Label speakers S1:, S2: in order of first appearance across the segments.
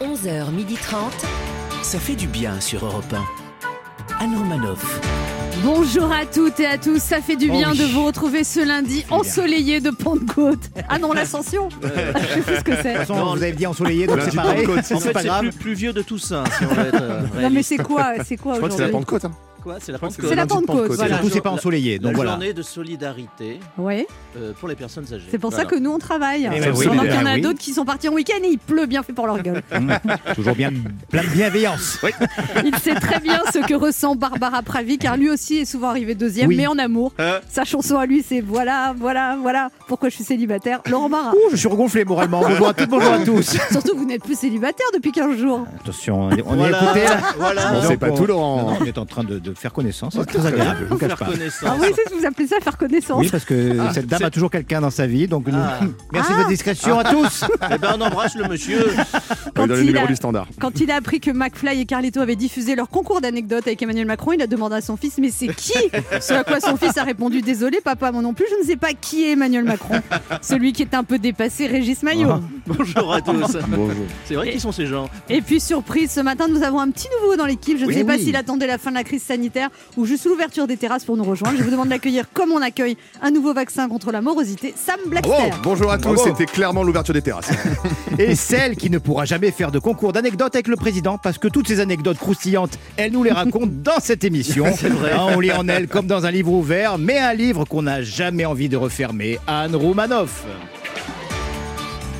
S1: 11h30.
S2: Ça fait du bien sur Europe 1. Anne Romanoff.
S3: Bonjour à toutes et à tous, ça fait du
S2: Oh
S3: bien
S2: oui.
S3: de vous retrouver ce lundi ensoleillé de Pentecôte. Ah non, l'ascension Je sais plus ce que c'est.
S4: toute façon, vous avez dit ensoleillé,
S3: bah,
S4: donc
S5: Lundi
S4: c'est pareil.
S5: Pentecôte.
S4: C'est pas grave.
S6: plus vieux de Toussaint, si on veut être. euh,
S3: Non mais
S6: réaliste.
S3: c'est quoi, c'est quoi
S5: Je crois que c'est la
S3: aujourd'hui
S5: Pentecôte. Hein.
S6: Quoi Ah, C'est la
S5: Je crois que
S6: Pentecôte.
S3: C'est la
S5: lundi de
S3: Pentecôte,
S5: Voilà.
S4: Surtout, c'est
S6: jour-
S4: pas ensoleillé,
S6: La
S4: donc voilà.
S6: journée de solidarité
S3: Ouais.
S6: euh, pour les personnes âgées.
S3: C'est pour ça
S6: Voilà.
S3: que nous on travaille.
S4: Eh ben oui,
S3: Pendant qu'il y en
S4: ben
S3: a
S4: oui.
S3: d'autres qui sont partis en week-end et il pleut bien fait pour leur gueule.
S4: Mmh. Toujours bien, plein de bienveillance.
S3: Il sait très bien ce que ressent Barbara Pravi car lui aussi est souvent arrivé deuxième,
S4: Oui.
S3: mais en amour.
S5: Hein
S3: Sa chanson à lui c'est voilà, voilà, voilà pourquoi je suis célibataire. Laurent Barra.
S4: Ouh, je suis regonflé moralement. Bonjour à toutes, bonjour à tous.
S3: Surtout que vous n'êtes plus célibataire depuis 15 jours.
S4: Attention, on est on est
S6: Voilà.
S4: écouté là.
S6: Voilà.
S4: Bon,
S5: Bon, c'est pas
S4: pour-
S5: tout,
S4: Non, non,
S5: Laurent.
S4: on est en train de, de faire connaissance. C'est très agréable, je vous cache
S6: Faire
S4: pas.
S6: connaissance.
S3: Ah oui, c'est ce que vous appelez ça faire connaissance.
S4: Oui, parce que cette dame a toujours quelqu'un dans sa vie. Donc, nous-
S6: Ah.
S4: merci de votre discrétion à tous.
S6: Eh ben, on embrasse le monsieur.
S5: On
S3: Quand
S5: est dans Bah, le
S3: il
S5: numéro
S3: a-
S5: du standard.
S3: Quand il a appris que McFly et Carlito avaient diffusé leur concours d'anecdotes avec Emmanuel Macron, il a demandé à son fils Mais c'est qui Ce à quoi son fils a répondu Désolé, papa, moi non plus, je ne sais pas qui est Emmanuel Macron. Celui qui est un peu dépassé, Régis
S5: Ah.
S3: Maillot.
S6: Bonjour à tous.
S5: Bonjour.
S6: C'est vrai qui sont ces gens
S3: Et puis, surprise, ce matin, nous avons un petit nouveau dans l'équipe. Je ne
S4: Oui,
S3: sais pas
S4: oui.
S3: s'il attendait la fin de la crise sanitaire ou juste l'ouverture des terrasses pour nous rejoindre. Je vous demande d'accueillir, comme on accueille un nouveau vaccin contre la morosité, Sam Blackster.
S5: Oh, bonjour à tous,
S4: Bravo.
S5: c'était clairement l'ouverture des terrasses.
S4: Et celle qui ne pourra jamais faire de concours d'anecdotes avec le président, parce que toutes ces anecdotes croustillantes, elle nous les raconte dans cette émission. C'est vrai. on lit en elle comme dans un livre ouvert, mais un livre qu'on n'a jamais envie de refermer. Anne Roumanoff.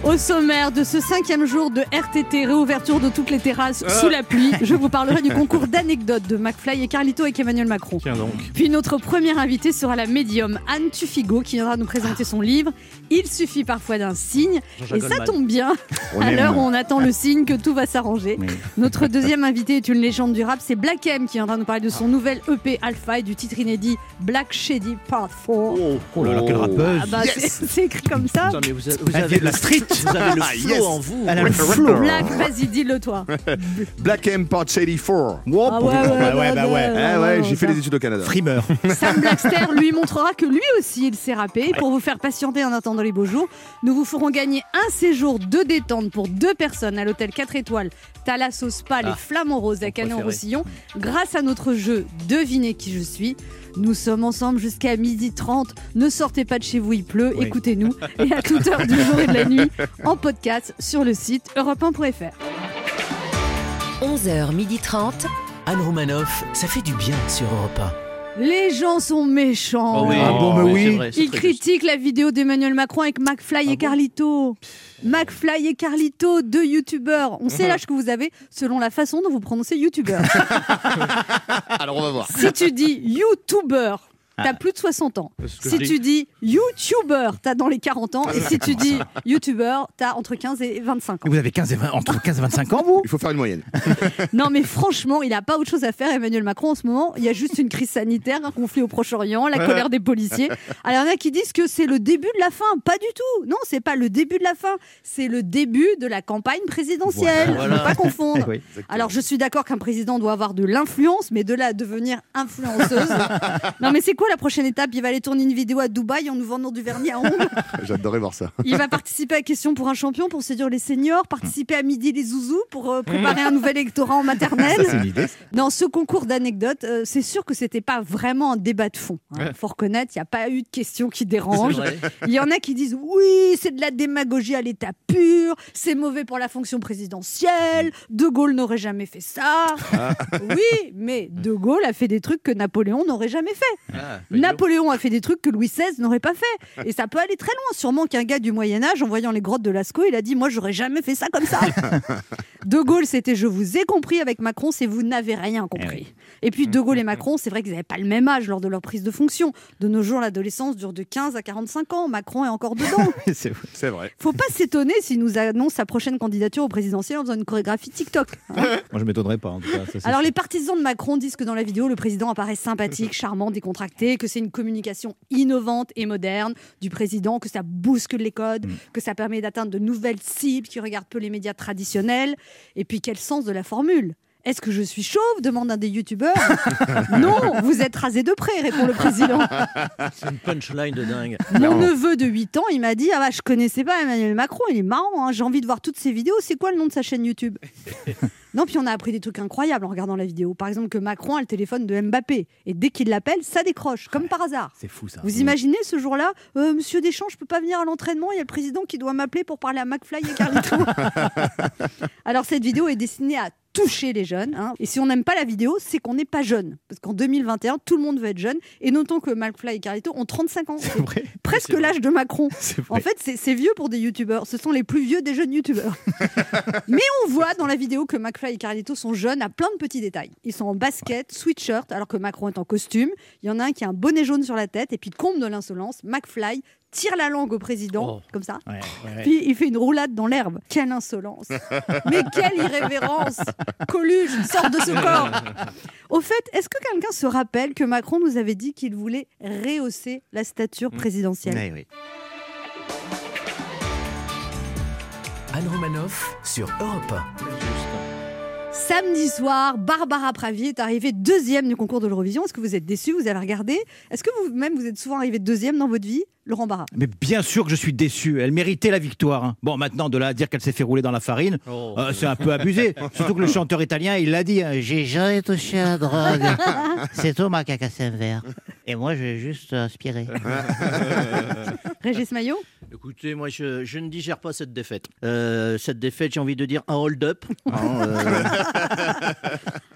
S3: Au sommaire de ce cinquième jour de RTT, réouverture de toutes les terrasses sous la pluie, je vous parlerai du concours d'anecdotes de McFly et Carlito avec Emmanuel Macron.
S6: Tiens donc.
S3: Puis notre première invitée sera la médium Anne Tufigo qui viendra nous présenter son livre Il suffit parfois d'un signe. Et
S6: Jean-Jacques
S3: ça
S6: Goldman.
S3: tombe bien,
S5: On
S3: à
S5: aime.
S3: l'heure où on attend le signe que tout va s'arranger. Notre deuxième invité est une légende du rap, c'est Black M qui viendra nous parler de son nouvel EP Alpha et du titre inédit Black Shady Part 4.
S6: Oh,
S4: Oh là là, quelle rappeuse.
S3: Ah bah, c'est- c'est écrit comme ça.
S6: Putain, mais vous, a- vous
S4: Elle vient
S6: avez
S4: de la street.
S6: Vous avez le
S5: Ah,
S6: flow
S5: yes.
S6: en vous.
S4: Elle a le flow.
S3: Black, vas-y, dis-le toi.
S5: Black M Part 84.
S4: Wop.
S3: Ah ouais, ouais,
S4: Bah
S3: ouais,
S4: bah ouais.
S3: ouais.
S5: Eh ouais,
S3: non,
S5: j'ai fait
S3: ça.
S5: les études au Canada.
S4: Frimeur.
S3: Sam Blackster lui montrera que lui aussi il s'est râpé. Et Pour vous faire patienter en attendant les beaux jours, nous vous ferons gagner un séjour de détente pour deux personnes à l'hôtel 4 étoiles Thalasso Spa Les
S6: Ah,
S3: Flamants Roses à
S6: mon préféré.
S3: Canet-en-Roussillon grâce à notre jeu Devinez qui je suis. Nous sommes ensemble jusqu'à midi 30. Ne sortez pas de chez vous, il pleut.
S4: Oui.
S3: Écoutez-nous. Et à toute heure du jour et de la nuit en podcast sur le site europe1.fr.
S1: 11h30.
S2: Anne Romanoff, ça fait du bien sur Europe 1.
S3: Les gens sont méchants.
S6: Oh oui.
S4: Ah bon, mais
S6: c'est
S4: oui.
S6: vrai, c'est
S3: Il
S6: très Ah
S3: critique la vidéo d'Emmanuel Macron avec McFly et Carlito. McFly et Carlito, deux youtubeurs. On
S6: Mmh.
S3: sait l'âge que vous avez selon la façon dont vous prononcez youtubeur.
S5: Alors on va voir.
S3: si tu dis youtubeur,
S6: Ah.
S3: t'as plus de 60 ans.
S6: juste.
S3: Si tu dis youtubeur, t'as dans les 40 ans. Et si tu
S6: Ah.
S3: dis youtubeur, t'as entre 15 et 25 ans.
S4: Vous avez 15 et 20, entre 15 et 25 ans, vous
S5: Il faut faire une moyenne.
S3: Non mais franchement, il a pas autre chose à faire Emmanuel Macron en ce moment. Il y a juste une crise sanitaire, un conflit au Proche-Orient, la colère des policiers. Alors il y en a qui disent que c'est le début de la fin. Pas du tout. Non, c'est pas le début de la fin. C'est le début de la campagne présidentielle.
S6: Voilà.
S3: Faut pas confondre.
S4: Oui.
S3: Alors je suis d'accord qu'un président doit avoir de l'influence, mais de là à devenir influenceuse. non mais c'est quoi la prochaine étape Il va aller tourner une vidéo à Dubaï en nous vendant du vernis à ongles.
S5: J'adorais voir ça.
S3: Il va participer à Question pour un champion pour séduire les seniors, participer à Midi les zouzous pour euh, préparer un nouvel électorat en maternelle.
S4: C'est une idée.
S3: Dans ce concours d'anecdotes, euh, c'est sûr que c'était pas vraiment un débat de fond. Il faut reconnaître, il n'y a pas eu de questions qui dérangent.
S6: vrai.
S3: Il y en a qui disent oui, c'est de la démagogie à l'état pur, c'est mauvais pour la fonction présidentielle, De Gaulle n'aurait jamais fait ça. Oui, mais De Gaulle a fait des trucs que Napoléon n'aurait jamais fait.
S6: Ah,
S3: Napoléon a fait des trucs que Louis XVI n'aurait pas fait. Et ça peut aller très loin. Sûrement qu'un gars du Moyen-Âge, en voyant les grottes de Lascaux, il a dit Moi, j'aurais jamais fait ça comme ça. de Gaulle, c'était Je vous ai compris. Avec Macron, c'est Vous n'avez rien compris. Et puis, De Gaulle et Macron, c'est vrai qu'ils n'avaient pas le même âge lors de leur prise de fonction. De nos jours, l'adolescence dure de 15 à 45 ans. Macron est encore dedans.
S4: C'est vrai.
S5: C'est vrai.
S3: Faut pas s'étonner s'il nous annonce sa prochaine candidature au présidentiel en faisant une chorégraphie TikTok. hein.
S4: Moi, je m'étonnerais pas, en tout cas. ça, c'est
S3: Alors
S4: sûr.
S3: les partisans de Macron disent que dans la vidéo, le président apparaît sympathique, charmant, décontracté, que c'est une communication innovante et moderne du président, que ça bouscule les
S4: Mm.
S3: codes, que ça permet d'atteindre de nouvelles cibles qui regardent peu les médias traditionnels, et puis quel sens de la formule Est-ce que je suis chauve demande un des youtubeurs. non, vous êtes rasé de près, répond le président.
S6: C'est une punchline de dingue.
S3: Mon
S5: Clairement.
S3: neveu de 8 ans, il m'a dit Ah bah, je connaissais pas Emmanuel Macron, il est marrant, hein, j'ai envie de voir toutes ses vidéos, c'est quoi le nom de sa chaîne YouTube Non, puis on a appris des trucs incroyables en regardant la vidéo. Par exemple, que Macron a le téléphone de Mbappé, et dès qu'il l'appelle, ça décroche, comme par hasard.
S4: C'est fou ça. Mm.
S3: Vous imaginez ce jour-là, Euh, Monsieur Deschamps, je peux pas venir à l'entraînement. Il y a le président qui doit m'appeler pour parler à McFly et Carlito. Alors cette vidéo est destinée à toucher les jeunes. hein. Et si on n'aime pas la vidéo, c'est qu'on n'est pas jeune. Parce qu'en 2021, tout le monde veut être jeune. Et notons que McFly et Carlito ont 35 ans. C'est
S4: vrai.
S3: Presque
S6: C'est vrai.
S3: l'âge de Macron.
S4: C'est
S3: En
S4: vrai.
S3: fait, c'est c'est vieux pour des youtubeurs. Ce sont les plus vieux des jeunes youtubeurs. Mais on voit dans la vidéo que McFly et Carlito sont jeunes à plein de petits détails. Ils sont en basket, sweatshirt, alors que Macron est en costume. Il y en a un qui a un bonnet jaune sur la tête. Et puis, comble de l'insolence, McFly tire la langue au président,
S6: Oh.
S3: comme ça.
S4: Ouais, ouais, ouais.
S3: Puis il fait une roulade dans l'herbe. Quelle insolence Mais quelle irrévérence Coluche, sort de ce corps Au fait, est-ce que quelqu'un se rappelle que Macron nous avait dit qu'il voulait rehausser la stature
S6: Mm.
S3: présidentielle
S6: Eh
S4: Ouais, ouais.
S2: Anne Romanoff sur Europe 1.
S3: Samedi soir, Barbara Pravi est arrivée deuxième du concours de l'Eurovision. Est-ce que vous êtes déçu Vous avez regardé Est-ce que vous-même vous êtes souvent arrivé deuxième dans votre vie Laurent Barra.
S4: Mais bien sûr que je suis déçu. Elle méritait la victoire. hein. Bon, maintenant, de là à dire qu'elle s'est fait rouler dans la farine,
S6: Oh.
S4: euh, c'est un peu abusé. Surtout que le chanteur italien, il l'a dit. hein, J'ai jamais touché à la drogue. C'est Thomas qui a cassé un verre. Et moi, j'ai juste euh, aspiré.
S3: Régis Maillot
S6: Écoutez, moi, je, je ne digère pas cette défaite. Euh, cette défaite, j'ai envie de dire un hold-up.
S4: Ah,
S6: hein, euh,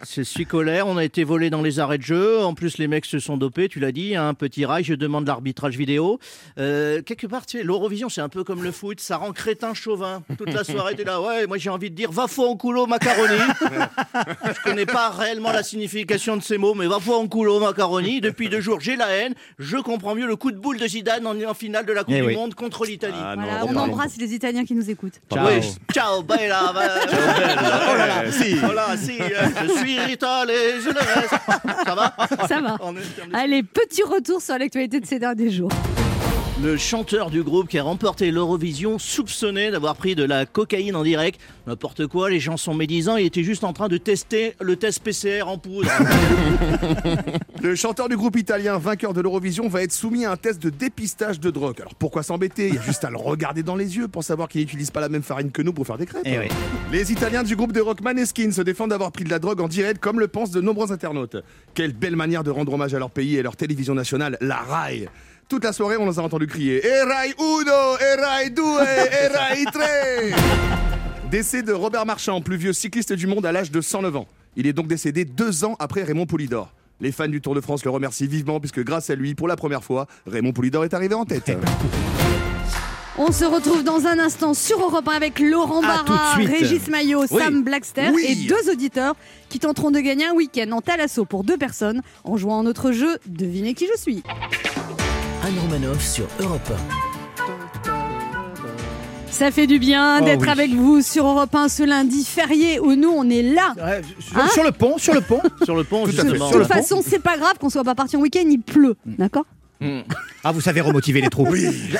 S6: C'est suis colère, on a été volé dans les arrêts de jeu. En plus, les mecs se sont dopés, tu l'as dit. hein, Un petit rail, je demande l'arbitrage vidéo. Euh, quelque part, tu sais, l'Eurovision, c'est un peu comme le foot, ça rend crétin chauvin. Toute la soirée, t'es là, ouais, moi j'ai envie de dire va faux en coulo, macaroni. je connais pas réellement la signification de ces mots, mais va faux en coulo, macaroni. Depuis deux jours, j'ai la haine. Je comprends mieux le coup de boule de Zidane en, en finale de la Coupe
S4: Eh
S6: du
S4: oui.
S6: Monde contre l'Italie.
S3: Voilà, On embrasse les Italiens qui nous écoutent.
S4: Ciao.
S6: Oui, ciao bella, bella. Oh là
S4: Euh,
S6: là,
S5: si.
S6: oh là, si, euh, je suis irritable et je le reste. Ça va
S3: Ça va.
S6: En termes de-
S3: Allez, petit retour sur l'actualité de ces derniers jours.
S6: Le chanteur du groupe qui a remporté l'Eurovision, soupçonné d'avoir pris de la cocaïne en direct. N'importe quoi, les gens sont médisants, il était juste en train de tester le test PCR en poudre.
S5: Le chanteur du groupe italien vainqueur de l'Eurovision va être soumis à un test de dépistage de drogue. Alors pourquoi s'embêter Il y a juste à le regarder dans les yeux pour savoir qu'il n'utilise pas la même farine que nous pour faire des crêpes.
S4: Eh oui.
S5: Les Italiens du groupe de rock Maneskin se défendent d'avoir pris de la drogue en direct, comme le pensent de nombreux internautes. Quelle belle manière de rendre hommage à leur pays et leur télévision nationale, la RAI. Toute la soirée, on les a entendus crier E RAI uno, E RAI due, E RAI tre. Décès de Robert Marchand, plus vieux cycliste du monde à l'âge de 109 ans. Il est donc décédé deux ans après Raymond Poulidor. Les fans du Tour de France le remercient vivement puisque grâce à lui, pour la première fois, Raymond Poulidor est arrivé en tête.
S3: On se retrouve dans un instant sur Europe 1 avec Laurent
S4: À
S3: Barra,
S4: tout de suite.
S3: Régis Maillot,
S4: Oui.
S3: Sam Blackster
S5: Oui.
S3: et deux auditeurs qui tenteront de gagner un week-end en talasso pour deux personnes en jouant à notre jeu Devinez qui je suis.
S2: Anne Romanoff sur Europe
S3: Ça fait du bien
S4: Oh
S3: d'être
S4: oui.
S3: avec vous sur Europe 1 ce lundi férié où nous on est là.
S4: sur,
S6: Ah.
S3: Hein
S4: sur le pont, sur le pont.
S6: Euh,
S4: Mm.
S6: Sur le pont,
S5: Tout à fait.
S6: justement.
S3: De
S4: Sur le
S3: toute façon, c'est pas grave qu'on soit pas parti en week-end, il pleut, d'accord
S4: Ah, vous savez remotiver les troupes.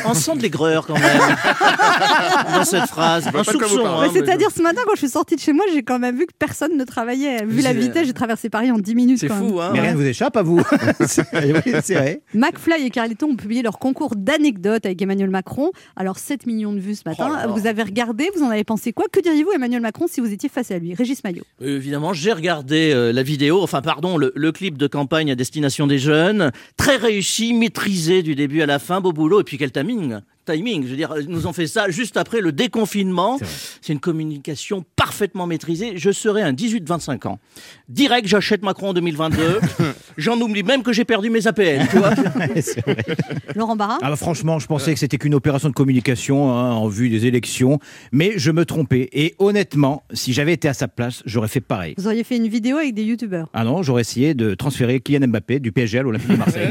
S6: On sent de l'aigreur quand même. Ah, Dans cette phrase.
S5: vois
S6: Un
S5: pas de quoi vous
S6: soupçon.
S5: parlez.
S6: hein,
S3: Mais C'est-à-dire ce matin quand je suis sortie de chez moi, j'ai quand même vu que personne ne travaillait. Vu la
S6: C'est-
S3: vitesse, j'ai traversé Paris en 10 minutes.
S6: C'est
S3: quand même.
S6: fou, hein
S4: Mais rien ne vous échappe à vous. c'est oui, c'est vrai.
S3: McFly et Carlito ont publié leur concours d'anecdotes avec Emmanuel Macron. Alors 7 millions de vues ce matin.
S6: Oh là là.
S3: vous avez regardé, vous en avez pensé quoi Que diriez-vous Emmanuel Macron si vous étiez face à lui Régis Maillot.
S6: Euh, Évidemment, j'ai regardé euh, la vidéo, enfin pardon, le, le clip de campagne à destination des jeunes, très réussi, maîtrisé du début à la fin, beau boulot, et puis quel timing Timing, je veux dire, ils nous ont fait ça juste après le déconfinement. C'est une communication parfaitement maîtrisée. Je serai un 18-25 ans. Direct, j'achète Macron en 2022. J'en oublie même que j'ai perdu mes APL, tu vois.
S4: C'est vrai.
S3: Laurent Barra
S4: Ah bah franchement, je pensais que c'était qu'une opération de communication hein, en vue des élections, mais je me trompais. Et honnêtement, si j'avais été à sa place, j'aurais fait pareil.
S3: Vous auriez fait une vidéo avec des youtubeurs.
S4: Ah non, j'aurais essayé de transférer Kylian Mbappé du PSG à l'Olympique de Marseille.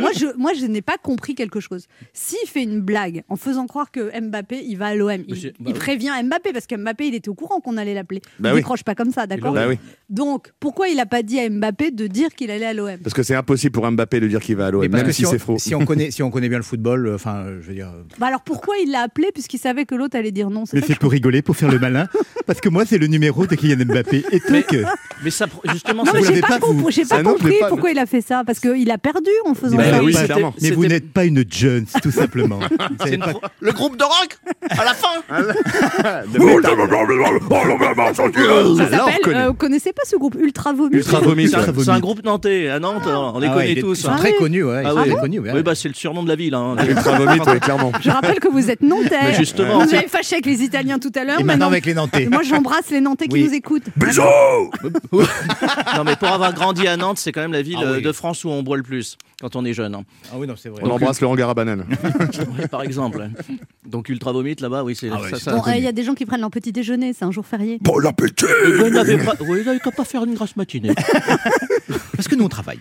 S3: moi, je, moi, je n'ai pas compris quelque chose. S'il fait une blague en faisant croire que Mbappé, il va à l'OM. Il,
S6: Monsieur- bah
S3: il
S6: oui.
S3: prévient Mbappé parce qu'Mbappé, il était au courant qu'on allait l'appeler.
S5: Bah
S3: il
S5: oui.
S3: décroche pas comme ça, d'accord
S5: Bah oui.
S3: Donc, pourquoi il n'a pas dit à Mbappé de dire qu'il allait à l'OM
S5: Parce que c'est impossible pour Mbappé de dire qu'il va à l'OM,
S4: Mais parce
S5: même
S4: que
S5: si,
S4: on,
S5: c'est faux.
S4: si on connaît, si on connaît bien le football, euh, enfin, euh, je veux dire. euh,
S3: Bah alors, pourquoi il l'a appelé puisqu'il savait que l'autre allait dire non
S1: Mais
S3: ça
S1: c'est pour rigoler, pour faire le malin. Parce que moi, c'est le numéro de Kylian Mbappé. Et
S6: Mais-
S1: donc, euh,
S6: Mais ça, pr- justement,
S3: Non,
S1: vous
S3: mais
S6: ça-
S1: l'avez
S3: j'ai pas,
S1: pas, vous
S3: compris- j'ai
S5: Ah
S3: pas
S5: non, je l'ai
S3: compris
S5: pas,
S3: pourquoi il a fait ça, parce qu'il a perdu en faisant
S1: Bah
S3: ça.
S1: oui,
S5: oui,
S1: pas-
S5: clairement.
S1: mais
S6: c'était-
S1: vous n'êtes pas une Jones, tout simplement.
S6: c'est une pro- Le groupe de rock à la fin.
S7: Oh,
S3: Ça
S5: Là, on
S3: s'appelle,
S5: reconnaît.
S3: euh, vous connaissez pas ce groupe Ultra Vomi
S5: Ultra Vomi.
S6: C'est
S5: ça
S6: un-
S1: vomit.
S6: c'est un groupe nantais à Nantes. hein, On les
S4: ah ouais,
S6: connaît
S4: ils- Ils
S6: tous.
S4: sont
S6: hein.
S4: très connus, ouais. Ils
S6: Ah
S4: sont
S6: oui.
S4: très connus, ouais.
S6: Oui, bah c'est le surnom de la ville. hein.
S5: Ultra vomite, ouais, clairement.
S3: Je rappelle que vous êtes nantais.
S6: Mais justement.
S3: Vous avez fâché avec les Italiens tout à l'heure.
S4: Et maintenant avec les Nantais.
S3: Et Moi, j'embrasse les Nantais
S4: Oui.
S3: qui nous écoutent.
S6: Non, mais pour avoir grandi à Nantes, c'est quand même la ville
S4: Ah
S6: euh,
S4: oui.
S6: de France où on boit le plus quand on est jeune. hein.
S4: Ah oui, non, c'est vrai.
S5: On embrasse le hangar à bananes.
S6: Oui, par exemple. Donc ultra vomite là-bas, oui, c'est
S4: Ah ouais,
S6: ça.
S4: c'est
S6: ça-
S3: Bon, euh, il y a des gens qui prennent leur petit déjeuner, c'est un jour férié.
S6: Vous n'avez pas, vous n'avez qu'à pas faire une grasse matinée.
S4: Parce que nous, on travaille.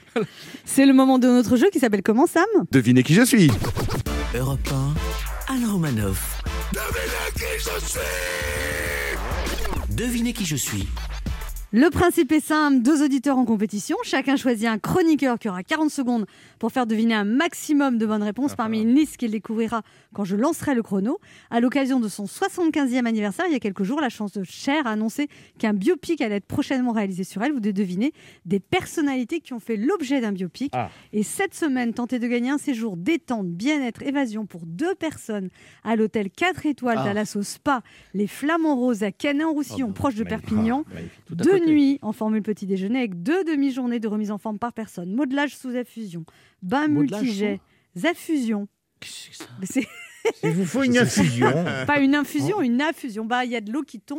S3: C'est le moment de notre jeu qui s'appelle comment, Sam
S5: Devinez qui je suis.
S2: Europe 1, Alain Romanoff. Devinez qui je suis
S3: Le principe est simple, deux auditeurs en compétition, chacun choisit un chroniqueur qui aura 40 secondes pour faire deviner un maximum de bonnes réponses
S4: Ah,
S3: parmi une liste qu'il découvrira quand je lancerai le chrono. À l'occasion de son 75e anniversaire, il y a quelques jours, la chance de Cher a annoncé qu'un biopic allait être prochainement réalisé sur elle. Vous devez deviner des personnalités qui ont fait l'objet d'un biopic.
S4: Ah.
S3: Et cette semaine, tentez de gagner un séjour détente, bien-être, évasion pour deux personnes à l'hôtel 4 étoiles
S6: Ah.
S3: d'Alasso Spa, les Flamands Roses à Canet-en-Roussillon,
S4: Oh,
S3: proche de
S4: magnifique.
S3: Perpignan.
S6: à
S3: Deux
S6: côté.
S3: nuits en formule petit déjeuner avec deux demi-journées de remise en forme par personne. Modelage sous affusion, bain
S6: Modelage
S3: multijet, affusion.
S6: Qu'est-ce que c'est que ça
S3: Mais C'est
S4: Il vous faut une infusion.
S3: pas une infusion, une affusion. Bah, il y a de l'eau qui tombe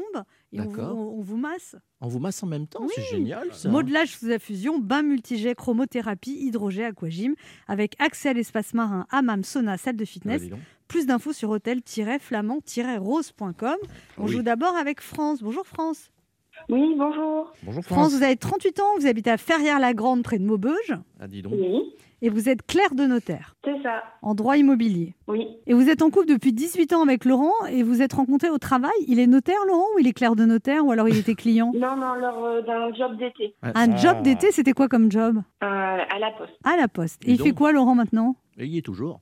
S3: et on vous,
S6: Oh. D'accord.
S3: on- on vous masse.
S6: On vous masse en même temps, c'est génial ça.
S3: Modelage sous affusion, bain multijet, chromothérapie, hydrogel, aquagym, avec accès à l'espace marin, hammam, sauna, salle de
S6: Bah,
S3: fitness. Plus d'infos sur hôtel-flamand-rose.com. On joue d'abord avec France. Bonjour France.
S8: Oui, bonjour.
S4: Bonjour,
S3: France,
S4: France.
S3: vous avez 38 ans, vous habitez à Ferrières-la-Grande, près de Maubeuge,
S6: Ah, dis donc.
S8: Oui,
S3: et vous êtes clerc de notaire.
S8: c'est ça.
S3: en droit immobilier.
S8: Oui.
S3: Et vous êtes en couple depuis 18 ans avec Laurent et vous êtes rencontrés au travail. Il est notaire, Laurent, ou il est clerc de notaire, ou alors il était client
S8: Non, non, lors euh, d'un job d'été
S3: Un
S4: Ah.
S3: job d'été, c'était quoi comme job
S8: euh, à la poste.
S3: À la poste. Et
S6: Dis
S3: il
S6: donc.
S3: fait quoi, Laurent, maintenant
S6: Et il y est toujours.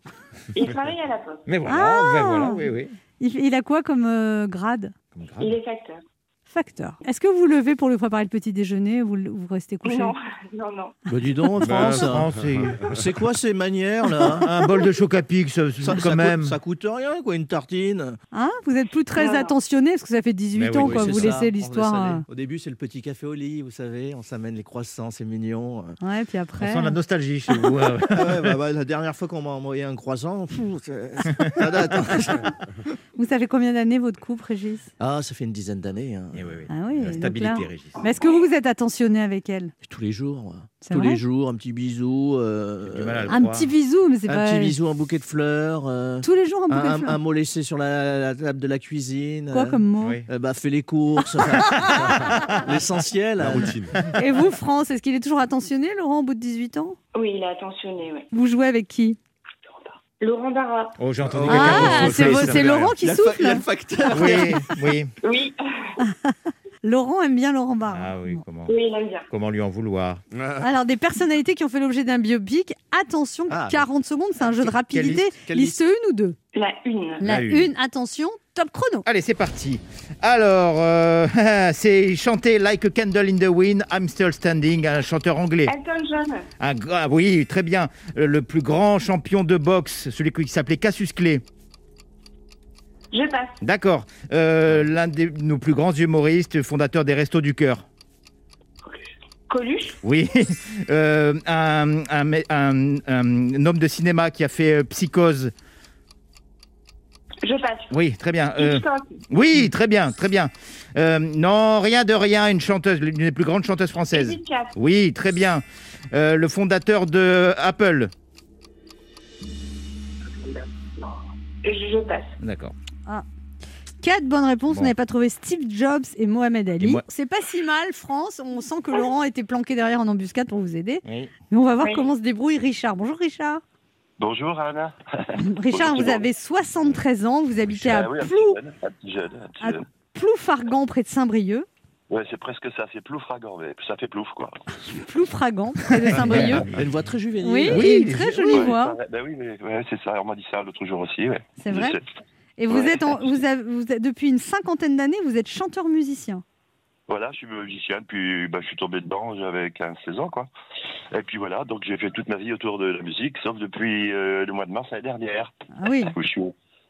S8: Il travaille à la poste.
S4: Mais voilà,
S3: Ah.
S4: ben voilà, oui, oui.
S3: il, fait- il a quoi comme euh, grade
S4: Comme grave.
S8: Ah. Il est facteur.
S3: Facteur. Est-ce que vous levez pour lui préparer le petit déjeuner ou vous, le- vous restez couché
S8: Non, non, non.
S6: Bah, dis donc,
S4: Ah,
S6: France.
S4: France, c'est-
S6: c'est quoi ces manières là
S4: hein.
S6: hein
S4: un bol de choc à pic,
S6: ça,
S4: ça, quand
S6: ça coûte-
S4: même.
S6: ça coûte rien, quoi, une tartine.
S3: Hein Vous êtes plus très
S8: Non, non.
S3: attentionné parce que ça fait 18
S4: Mais
S3: ans,
S4: Ben oui,
S3: quoi.
S6: c'est
S3: vous
S6: ça,
S3: laissez
S6: on
S3: l'histoire. euh.
S6: laisse aller. Au début, c'est le petit café au lit, vous savez. On s'amène les croissants, c'est mignon.
S3: euh, Ouais, puis
S4: On
S3: après.
S4: sent la nostalgie chez vous. hein. ouais, ouais.
S6: Ah ouais, bah, bah, la dernière fois qu'on m'a envoyé un croissant, pfff, c'est- ça date. hein.
S3: Vous savez combien d'années votre couple, Régis
S6: Ah, ça fait une dizaine d'années. hein.
S4: Eh oui, oui.
S3: Ah oui.
S4: La
S3: donc
S4: stabilité,
S3: là-
S4: Régis.
S3: Mais est-ce que vous vous êtes attentionné avec elle
S6: Tous les jours. moi.
S3: C'est
S6: Tous
S3: vrai
S6: les jours, un petit bisou. euh,
S4: J'ai du mal à le
S6: un
S3: Un
S4: croire.
S3: petit bisou, mais c'est pas.
S6: petit bisou, un bouquet de fleurs. euh,
S3: Tous les jours un
S6: un,
S3: bouquet de
S6: un-
S3: fleurs.
S6: un mot laissé sur la, la table de la cuisine.
S3: Quoi
S6: euh,
S3: comme mot
S4: Oui.
S6: euh, bah, fais les courses. enfin, L'essentiel. euh,
S3: Et vous, France, est-ce qu'il est toujours attentionné, Laurent, au bout de 18 ans
S8: Oui, il est attentionné, oui.
S3: Vous jouez avec qui
S8: Laurent Barra.
S4: Oh, j'ai entendu
S5: Ah,
S4: quelqu'un
S3: Ah,
S5: Quelqu'un
S4: qui
S3: c'est
S5: souffle,
S3: vo-
S5: ça
S3: c'est
S5: me
S3: Laurent qui
S6: il a le fa-
S3: souffle
S6: il a le facteur.
S4: Oui, oui.
S8: Oui,
S3: Laurent aime bien Laurent Barra.
S4: Ah oui,
S3: Bon.
S4: comment,
S8: oui, il aime bien.
S4: comment lui en vouloir
S3: Alors, des personnalités qui ont fait l'objet d'un biopic, attention,
S6: Ah,
S3: 40 secondes, c'est un jeu de
S4: Quelle
S3: rapidité.
S4: liste
S6: Quelle
S3: Liste 1 ou 2
S8: La une.
S3: La
S4: La une.
S3: 1, attention, top chrono.
S4: Allez, c'est parti. Alors, euh, c'est chanter Like a Candle in the Wind, I'm Still Standing, un chanteur anglais.
S8: Elton John.
S4: Un gra- ah oui, très bien. Euh, Le plus grand champion de boxe, celui qui s'appelait Cassius Clay.
S8: Je passe.
S4: D'accord. Euh, L'un de nos plus grands humoristes, fondateur des Restos du Cœur.
S8: Coluche.
S4: Oui. Euh, un, un mé- un- un homme de cinéma qui a fait euh, Psychose.
S8: Je passe.
S4: Oui, très bien. Euh,
S8: Hitchcock.
S4: oui, très bien, très bien. Euh, non, rien de rien, une chanteuse, l'une des plus grandes chanteuses françaises.
S8: Edith Piaf.
S4: Oui, très bien. Euh, le fondateur de Apple.
S8: Je, je passe.
S4: D'accord.
S3: 4 Ah. bonnes réponses,
S4: Bon.
S3: on n'avait pas trouvé Steve Jobs et Mohamed
S4: Et
S3: Ali.
S4: moi-
S3: C'est pas si mal, France. On sent que Laurent était planqué derrière en embuscade pour vous aider.
S4: Oui.
S3: Mais on va voir
S8: Oui.
S3: comment se débrouille Richard. Bonjour Richard.
S7: Bonjour Anne.
S3: Richard, vous
S7: Bonjour.
S3: avez 73 ans, vous habitez à
S7: Ah oui, un petit
S3: Plou,
S7: jeune, un petit jeune, un petit
S3: Ah.
S7: jeune.
S3: Ploufragan, près de Saint-Brieuc.
S7: Ouais, c'est presque ça, c'est plouf ragant, mais ça fait plouf quoi.
S3: Ploufragan, près de Saint-Brieuc.
S6: Elle a Une voix très juvénile.
S3: Oui,
S4: Oui,
S3: et une
S4: les-
S3: très jolie
S7: Ouais,
S3: voix,
S7: ouais, bah oui, mais ouais, c'est ça, on m'a dit ça l'autre jour aussi. Ouais.
S3: c'est vrai.
S7: Je sais.
S3: Et vous
S7: Ouais.
S3: êtes, en- vous avez- vous êtes- depuis une cinquantaine d'années, vous êtes chanteur-musicien.
S7: Voilà, je suis musicien, puis bah, je suis tombé dedans, j'avais 15-16 ans quoi. Et puis voilà, donc j'ai fait toute ma vie autour de la musique, sauf depuis euh, le mois de mars l'année dernière.
S3: Ah oui.
S7: où je suis-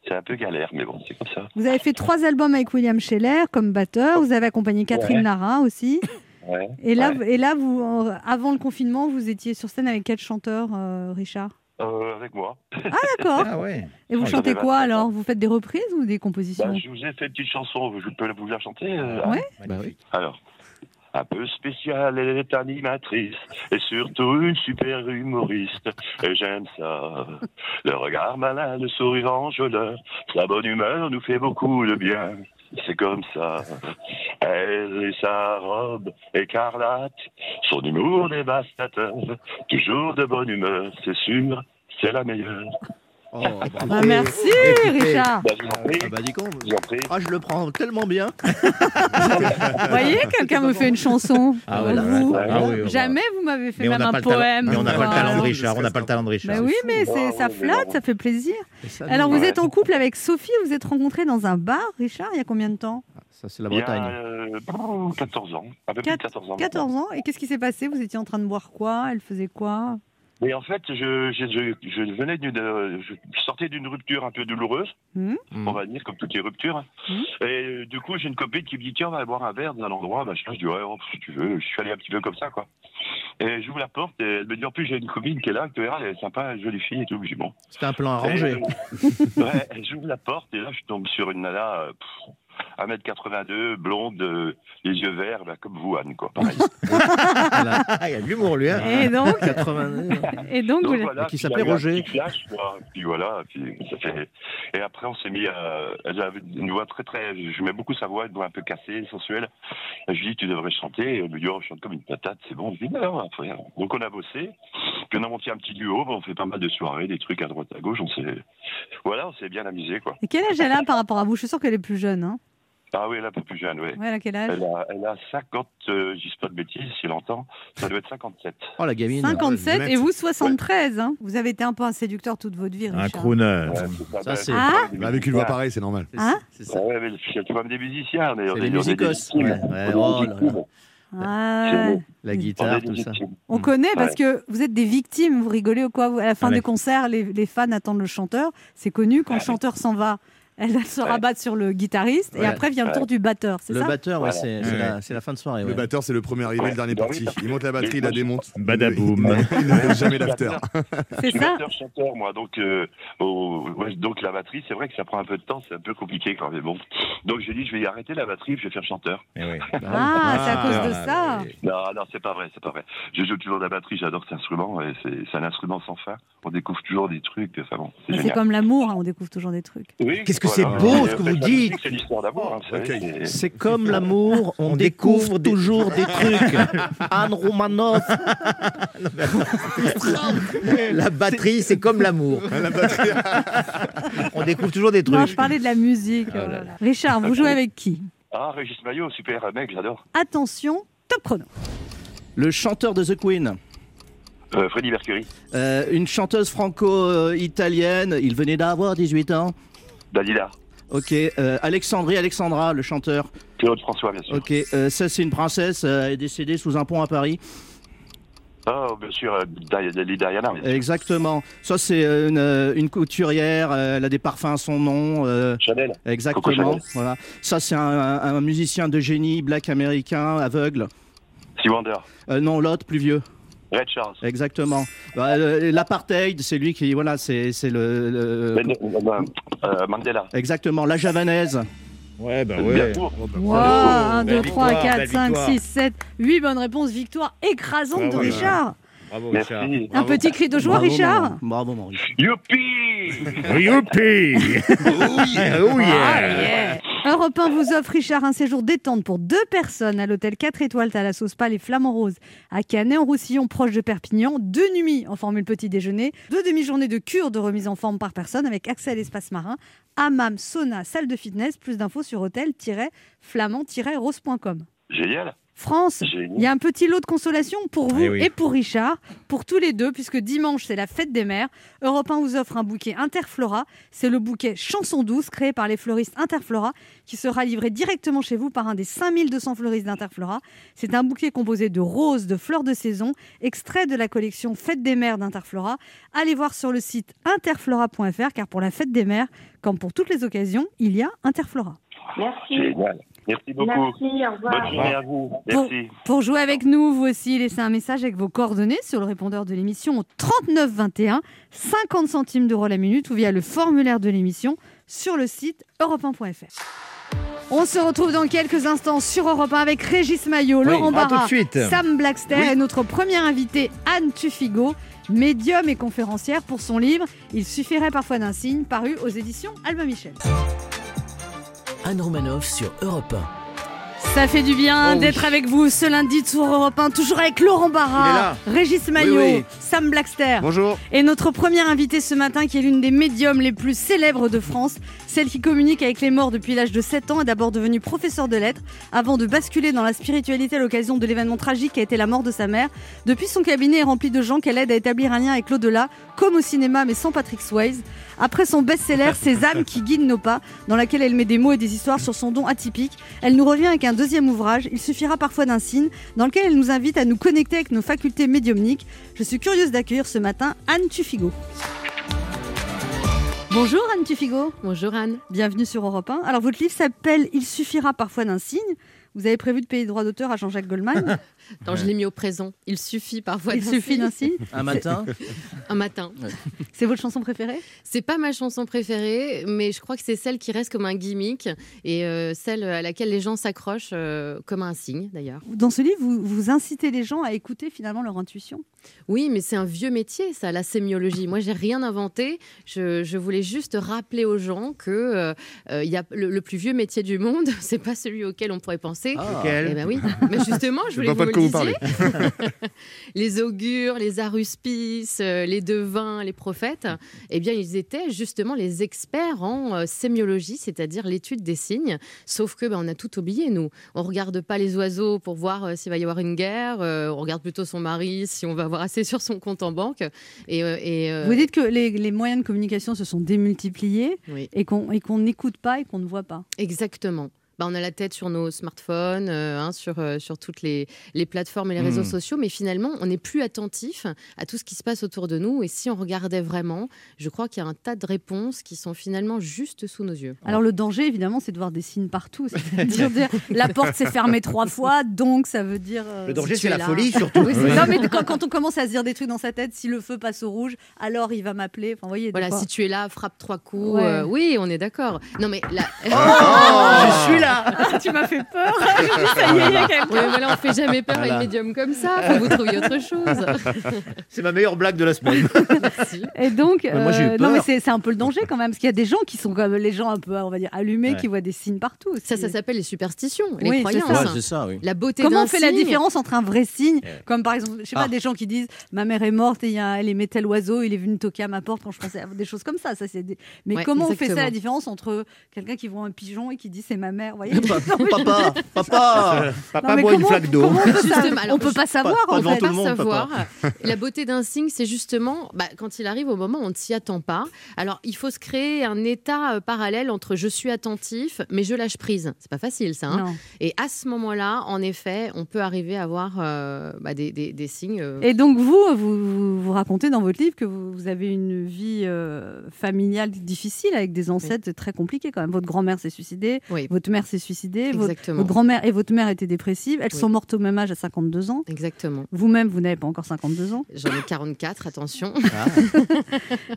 S7: C'est un peu galère, mais bon, c'est comme ça.
S3: Vous avez fait trois albums avec William Scheller comme batteur. Vous avez accompagné Catherine
S7: Ouais.
S3: Lara aussi.
S7: Ouais.
S3: Et là,
S7: Ouais.
S3: et là vous, en- avant le confinement, vous étiez sur scène avec quel chanteur, euh, Richard
S7: Euh, avec moi.
S3: D'accord.
S4: Ah ouais.
S3: Et vous
S4: Ah,
S3: chantez
S7: j'avais
S3: quoi
S7: 25
S3: alors Vous faites des reprises ou des compositions
S7: Bah, je vous ai fait une petite chanson, je peux vous la chanter euh,
S3: Ouais.
S6: Bah oui.
S7: Alors, un peu spéciale, elle est animatrice et surtout une super humoriste. Et j'aime ça. Le regard malin, le sourire enjôleur, sa bonne humeur nous fait beaucoup de bien. C'est comme ça. Elle et sa robe écarlate, son humour dévastateur, toujours de bonne humeur, c'est sûr, c'est la meilleure.
S6: Oh, bravo.
S3: Ah, Merci, Richard.
S7: Bah, je vous en prie,
S6: Ah bah dis donc.
S7: je vous en prie.
S6: Ah, je le prends tellement bien.
S3: Vous voyez, quelqu'un me fait une chanson.
S4: Ah
S3: Pour
S4: ouais, là,
S3: vous.
S7: ouais.
S4: Ah oui, on va-
S3: Jamais vous m'avez fait
S4: Mais on
S3: même
S4: n'a pas,
S3: un
S4: le talent-
S3: poème.
S4: mais on n'a pas le talent de
S3: Voilà.
S4: Richard. On n'a pas le talent de Richard.
S3: Bah oui, mais c'est-
S7: Ah
S3: ça
S7: oui, mais
S3: flatte,
S7: bon.
S3: ça fait plaisir.
S6: Et ça,
S3: Alors,
S7: Ouais.
S3: vous êtes en couple avec Sophie, vous êtes rencontrés dans un bar, Richard, il y a combien de temps
S6: ça, c'est la
S7: Il y a
S6: Bretagne.
S7: euh, 14 ans, un peu plus de 14 ans.
S3: 14 ans. Et qu'est-ce qui s'est passé Vous étiez en train de boire quoi Elle faisait quoi
S7: Mais en fait, je, je, je, je venais d'une, euh, je sortais d'une rupture un peu douloureuse,
S3: Mhm.
S6: Mm.
S7: on va dire, comme toutes les ruptures. Et euh, du coup, j'ai une copine qui me dit tiens, on va boire un verre dans un endroit. Machin. Je dis ouais, oh, si tu veux. Je suis allé un petit peu comme ça, quoi. Et j'ouvre la porte et elle me dit en plus j'ai une copine qui est là, que tu verras, elle est sympa, jolie fille et tout. Je dis bon.
S6: C'était un plan arrangé.
S7: Et, euh, ouais, j'ouvre la porte et là je tombe sur une nana, euh, pff, 1m82, blonde, euh, les yeux verts, là, comme vous Anne, quoi. Pareil.
S4: Ah, il y a de l'humour, lui. hein.
S3: Et donc,
S6: 80.
S3: et donc, vous
S7: Donc,
S3: l'avez-
S7: voilà,
S6: qui
S7: puis
S6: s'appelait
S7: il y a eu un
S6: Roger.
S7: petit clash, quoi. Puis voilà, puis ça fait- Et après, on s'est mis à. Elle avait une voix très, très. Je mets beaucoup sa voix, une voix un peu cassée, sensuelle. Et je lui dis, tu devrais chanter. Et elle me dit, oh, je chante comme une patate, c'est bon. Je lui dis, non, frère. Donc, on a bossé. Puis, on a monté un petit duo. ben, On fait pas mal de soirées, des trucs à droite, à gauche. On s'est. Voilà, on s'est bien amusé, quoi.
S3: Et quel âge elle a par rapport à vous Je suis sûre qu'elle est plus jeune. Hein.
S7: Ah oui, elle est un peu plus jeune, oui.
S3: Ouais, elle a quel âge
S7: Elle a, elle a 50, euh, je dis pas de bêtises, si elle entend, ça doit être 57.
S6: Oh, la gamine.
S3: 57
S4: Ouais,
S3: et vous 73. hein. Vous avez été un peu un séducteur toute votre vie, hein,
S1: Un
S3: Richard.
S1: crooner.
S7: Ouais, c'est
S6: Ça,
S7: bah,
S6: c'est-
S3: Ah
S5: Bah, avec une voix pareille, c'est normal.
S6: C'est-
S3: Hein
S6: c'est ça.
S7: Ah ouais, mais c'est quand même des musiciens. mais on
S6: C'est
S7: est-
S6: les
S7: on est des
S6: musicos.
S7: victimes.
S6: Ouais, ouais,
S7: On
S6: oh
S7: est des
S6: là là.
S7: victimes.
S3: Ouais.
S6: La
S7: On
S6: guitare,
S7: est des
S6: tout ça.
S7: victimes.
S3: On connaît parce que vous êtes des victimes, vous rigolez ou quoi vous- À la fin
S4: Ah Mm. ouais.
S3: des concerts, les, les fans attendent le chanteur. C'est connu, quand le
S7: Ouais.
S3: chanteur s'en va, elles se rabattent sur le guitariste et
S6: Ouais.
S3: après vient le tour du batteur, c'est
S6: Le
S3: ça
S6: batteur, ouais,
S7: Voilà.
S6: Ah, c'est c'est la, c'est la fin de soirée.
S5: Le
S6: ouais.
S5: batteur, c'est le premier arrivé, le dernier
S7: Bah oui,
S5: parti. Il monte la batterie, il la démonte.
S1: Badaboum.
S5: Bah, Il n'arrête jamais l'after.
S3: C'est
S7: Je suis
S3: ça
S7: chanteur moi, donc, euh, au- ouais, donc la batterie, c'est vrai que ça prend un peu de temps, c'est un peu compliqué quand même. Bon. Donc j'ai dit, je vais arrêter la batterie, je vais faire chanteur.
S1: Eh oui.
S3: Ah, c'est à
S5: Ah,
S3: cause de ça
S7: Non, non, c'est pas vrai, c'est pas vrai. Je joue toujours de la batterie, j'adore cet instrument, et c'est c'est un instrument sans fin. On découvre toujours des trucs, enfin bon, c'est
S3: Mais C'est
S7: génial.
S3: comme l'amour, hein, on découvre toujours des trucs.
S7: Oui,
S4: Qu'est-ce que c'est beau, ce
S7: Et,
S4: que
S7: euh,
S4: vous
S7: la
S4: dites.
S7: musique, C'est l'histoire d'amour, hein, vous savez,
S5: Ok.
S7: c'est-
S6: C'est comme l'amour, on,
S4: On
S6: découvre,
S4: découvre des-
S6: toujours des trucs. Anne Romanoff,
S4: La batterie, c'est comme l'amour. On découvre toujours des
S3: Non, je
S4: trucs. Ah
S3: parlais de la musique. voilà. Richard, vous jouez avec qui
S7: Ah, Régis Maillot, super mec, j'adore.
S3: Attention, top chrono.
S6: le chanteur de The Queen,
S7: Euh, Freddie Mercury,
S6: euh, une chanteuse franco-italienne, il venait d'avoir 18 ans.
S7: Dalida,
S6: Ok, euh, Alexandrie Alexandra, le chanteur.
S7: Claude François, bien sûr.
S6: Ok, euh, ça c'est une princesse, euh, elle est décédée sous un pont à Paris.
S7: Oh, bien sûr, euh, Di- Di- Diana. bien sûr.
S6: Exactement. Ça c'est euh, une, euh, une couturière, euh, elle a des parfums à son nom. euh,
S7: Chanel. Coco
S6: exactement.
S7: Chanel.
S6: Voilà. Ça c'est un, un- un musicien de génie, black américain, aveugle.
S7: Sea Wonder.
S6: Euh, non, l'autre, plus vieux.
S7: Red Charles.
S6: Exactement. Bah, euh, L'apartheid, c'est lui qui, voilà, c'est c'est le, le-
S7: Ben- euh, euh, Mandela.
S6: exactement la javanaise.
S1: Ouais, bah
S7: Bien
S1: ouais.
S7: sûr.
S3: Wow, 1, 2, 3,
S4: Oh, victoire,
S3: 4,
S4: belle
S3: 5,
S4: victoire.
S3: 6, 7, 8 bonnes réponses, victoire écrasante
S1: Ah
S3: de
S1: ouais.
S3: Richard.
S4: Bravo, Richard.
S7: Merci.
S3: Un petit cri de joie,
S6: Bravo,
S3: Richard
S6: Maurice. Bravo, Maurice.
S7: Youpi
S9: Ah,
S1: Youpi Oh yeah.
S3: Un Europe 1 vous offre, Richard, un séjour détente pour deux personnes à l'hôtel 4 étoiles Thalassos Pal et Flamand Rose à Canet-en-Roussillon, proche de Perpignan. Deux nuits en formule petit déjeuner, deux demi-journées de cure de remise en forme par personne avec accès à l'espace marin, hammam, sauna, salle de fitness. Plus d'infos sur hôtel-flamand-rose.com.
S7: Génial.
S3: France,
S7: Génial.
S3: il y a un petit lot de consolation pour vous
S10: Eh oui.
S3: et pour Richard, pour tous les deux, puisque dimanche c'est la fête des mères. Europe 1 vous offre un bouquet Interflora. C'est le bouquet Chanson douce créé par les fleuristes Interflora qui sera livré directement chez vous par un des 5200 fleuristes d'Interflora. C'est un bouquet composé de roses, de fleurs de saison, extrait de la collection Fête des mères d'Interflora. Allez voir sur le site interflora.fr car pour la fête des mères, comme pour toutes les occasions, il y a Interflora.
S8: Merci.
S7: Génial. Merci beaucoup.
S8: Merci, au revoir.
S7: Bonne journée à vous. Merci.
S3: Pour jouer avec nous, vous aussi, laissez un message avec vos coordonnées sur le répondeur de l'émission au 39 21, 50 centimes d'euros la minute ou via le formulaire de l'émission sur le site europe1.fr. On se retrouve dans quelques instants sur Europe 1 avec Régis Maillot,
S4: Oui, à
S3: Laurent Barra,
S4: tout de suite.
S3: Sam Blackster
S4: Oui.
S3: et notre première invitée Anne Tufigo, médium et conférencière pour son livre Il suffirait parfois d'un signe, paru aux éditions Albin Michel.
S2: Anne Romanoff sur Europe
S3: Ça fait du bien
S6: Oh oui.
S3: d'être avec vous ce lundi de Tour Europe 1, toujours avec Laurent Barra, Régis Maillot,
S6: Oui, oui.
S3: Sam Blackster.
S5: Bonjour.
S3: Et notre première invitée ce matin, qui est l'une des médiums les plus célèbres de France, celle qui communique avec les morts depuis l'âge de 7 ans, est d'abord devenue professeure de lettres, avant de basculer dans la spiritualité à l'occasion de l'événement tragique qui a été la mort de sa mère. Depuis, son cabinet est rempli de gens qu'elle aide à établir un lien avec l'au-delà, comme au cinéma, mais sans Patrick Swayze. Après son best-seller Ces âmes qui guident nos pas, dans laquelle elle met des mots et des histoires sur son don atypique, elle nous revient avec un deuxième ouvrage, Il suffira parfois d'un signe, dans lequel elle nous invite à nous connecter avec nos facultés médiumniques. Je suis curieuse d'accueillir ce matin Anne Tufigo. Bonjour Anne Tufigo,
S9: Bonjour Anne.
S3: bienvenue sur Europe 1. Alors votre livre s'appelle Il suffira parfois d'un signe. Vous avez prévu de payer les droits d'auteur à Jean-Jacques Goldman.
S9: Attends, je l'ai mis au présent. Il suffit parfois.
S3: Il
S9: d'un
S3: suffit d'un
S9: signe.
S3: signe.
S6: Un matin,
S9: un matin.
S3: C'est votre chanson préférée
S9: C'est pas ma chanson préférée, mais je crois que c'est celle qui reste comme un gimmick et euh, celle à laquelle les gens s'accrochent euh, comme un signe d'ailleurs.
S3: Dans ce livre, vous, vous incitez les gens à écouter finalement leur intuition.
S9: Oui, mais c'est un vieux métier, ça, la sémiologie. Moi, j'ai rien inventé. Je, je voulais juste rappeler aux gens que euh, euh, il y a le, le plus vieux métier du monde, c'est pas celui auquel on pourrait penser.
S6: Ah.
S4: Lequel
S9: Eh ben oui, mais justement, je
S5: Je
S9: voulais que
S5: vois pas
S9: vous me
S5: de
S9: le
S5: quoi vous
S9: disiez. les augures, les aruspices, euh, les devins, les prophètes, eh bien, ils étaient justement les experts en euh, sémiologie, c'est-à-dire l'étude des signes. Sauf que, ben, on a tout oublié, nous. On regarde pas les oiseaux pour voir euh, s'il va y avoir une guerre. euh, on regarde plutôt son mari, si on va avoir assez sur son compte en banque. Et, euh, et, euh,
S3: Vous dites que les, les moyens de communication se sont démultipliés
S9: Oui.
S3: et qu'on et qu'on n'écoute pas et qu'on ne voit pas.
S9: Exactement. Bah, on a la tête sur nos smartphones, euh, hein, sur, euh, sur toutes les, les plateformes et les réseaux
S4: Mm.
S9: sociaux, mais finalement, on n'est plus attentif à tout ce qui se passe autour de nous. Et si on regardait vraiment, je crois qu'il y a un tas de réponses qui sont finalement juste sous nos yeux.
S3: Alors le danger, évidemment, c'est de voir des signes partout. C'est-à-dire dire, la porte s'est fermée trois fois, donc ça veut dire... euh,
S4: Le danger,
S9: si tu
S4: c'est
S9: es
S4: la
S9: là.
S4: folie, surtout.
S3: Oui, c'est- Non, mais quand, quand on commence à se dire des trucs dans sa tête, si le feu passe au rouge, alors il va m'appeler. Enfin, vous voyez, des
S9: Voilà,
S3: fois-
S9: si tu es là, frappe trois coups.
S3: Ouais.
S9: euh, oui, on est d'accord. Non, mais là.
S4: Oh, Je suis là
S3: tu m'as fait peur. Je dis, ça y est, il y a quelqu'un.
S9: Ouais, voilà, on fait jamais peur à
S6: Voilà.
S9: une médium comme ça. Faut que vous trouviez autre chose.
S6: c'est ma meilleure blague de la semaine.
S9: Merci.
S3: Et donc,
S6: Mais moi, j'ai eu
S3: euh, non,
S6: peur.
S3: mais c'est c'est un peu le danger quand même, parce qu'il y a des gens qui sont comme les gens un peu, on va dire, allumés,
S6: Ouais.
S3: qui voient des signes partout. aussi.
S9: Ça, ça s'appelle les superstitions, les
S3: Oui, c'est
S9: croyances.
S3: ça.
S6: Ouais, c'est ça, oui.
S9: La beauté
S3: Comment
S9: d'un
S3: on fait la
S9: signe.
S3: différence entre un vrai signe,
S6: Euh.
S3: comme par exemple, je sais pas,
S6: Ah.
S3: des gens qui disent ma mère est morte et il y a- elle aimait tel oiseau, il est venu toquer à ma porte quand je pensais à des choses comme ça. ça c'est des- Mais
S9: Ouais,
S3: comment on fait ça
S9: exactement.
S3: la différence entre quelqu'un qui voit un pigeon et qui dit c'est ma mère, vous voyez
S6: Pa- Papa, papa,
S3: Non,
S4: Papa
S3: mais
S4: boit une
S3: comment-
S4: flaque d'eau.
S3: comment on peut ça-
S9: Justement, alors,
S3: On peut pas savoir
S6: pas
S3: en
S6: devant
S3: fait.
S6: tout
S9: pas
S6: le monde,
S9: savoir. La beauté d'un signe, c'est justement bah, quand il arrive au moment où on ne s'y attend pas. Alors, il faut se créer un état euh, parallèle entre je suis attentif, mais je lâche prise. C'est pas facile, ça. hein.
S3: Non.
S9: Et à ce moment-là, en effet, on peut arriver à avoir euh, bah, des, des- des signes. euh,
S3: Et donc vous, vous, vous- vous racontez dans votre livre que vous, vous avez une vie euh, familiale difficile avec des ancêtres très compliqués quand même. Votre grand-mère s'est suicidée,
S9: Oui.
S3: votre mère s'est suicider, votre,
S9: Exactement.
S3: votre grand-mère et votre mère étaient dépressives, elles
S9: Oui.
S3: sont mortes au même âge à 52 ans.
S9: Exactement.
S3: Vous-même, vous n'avez pas encore 52 ans.
S9: J'en ai 44, attention.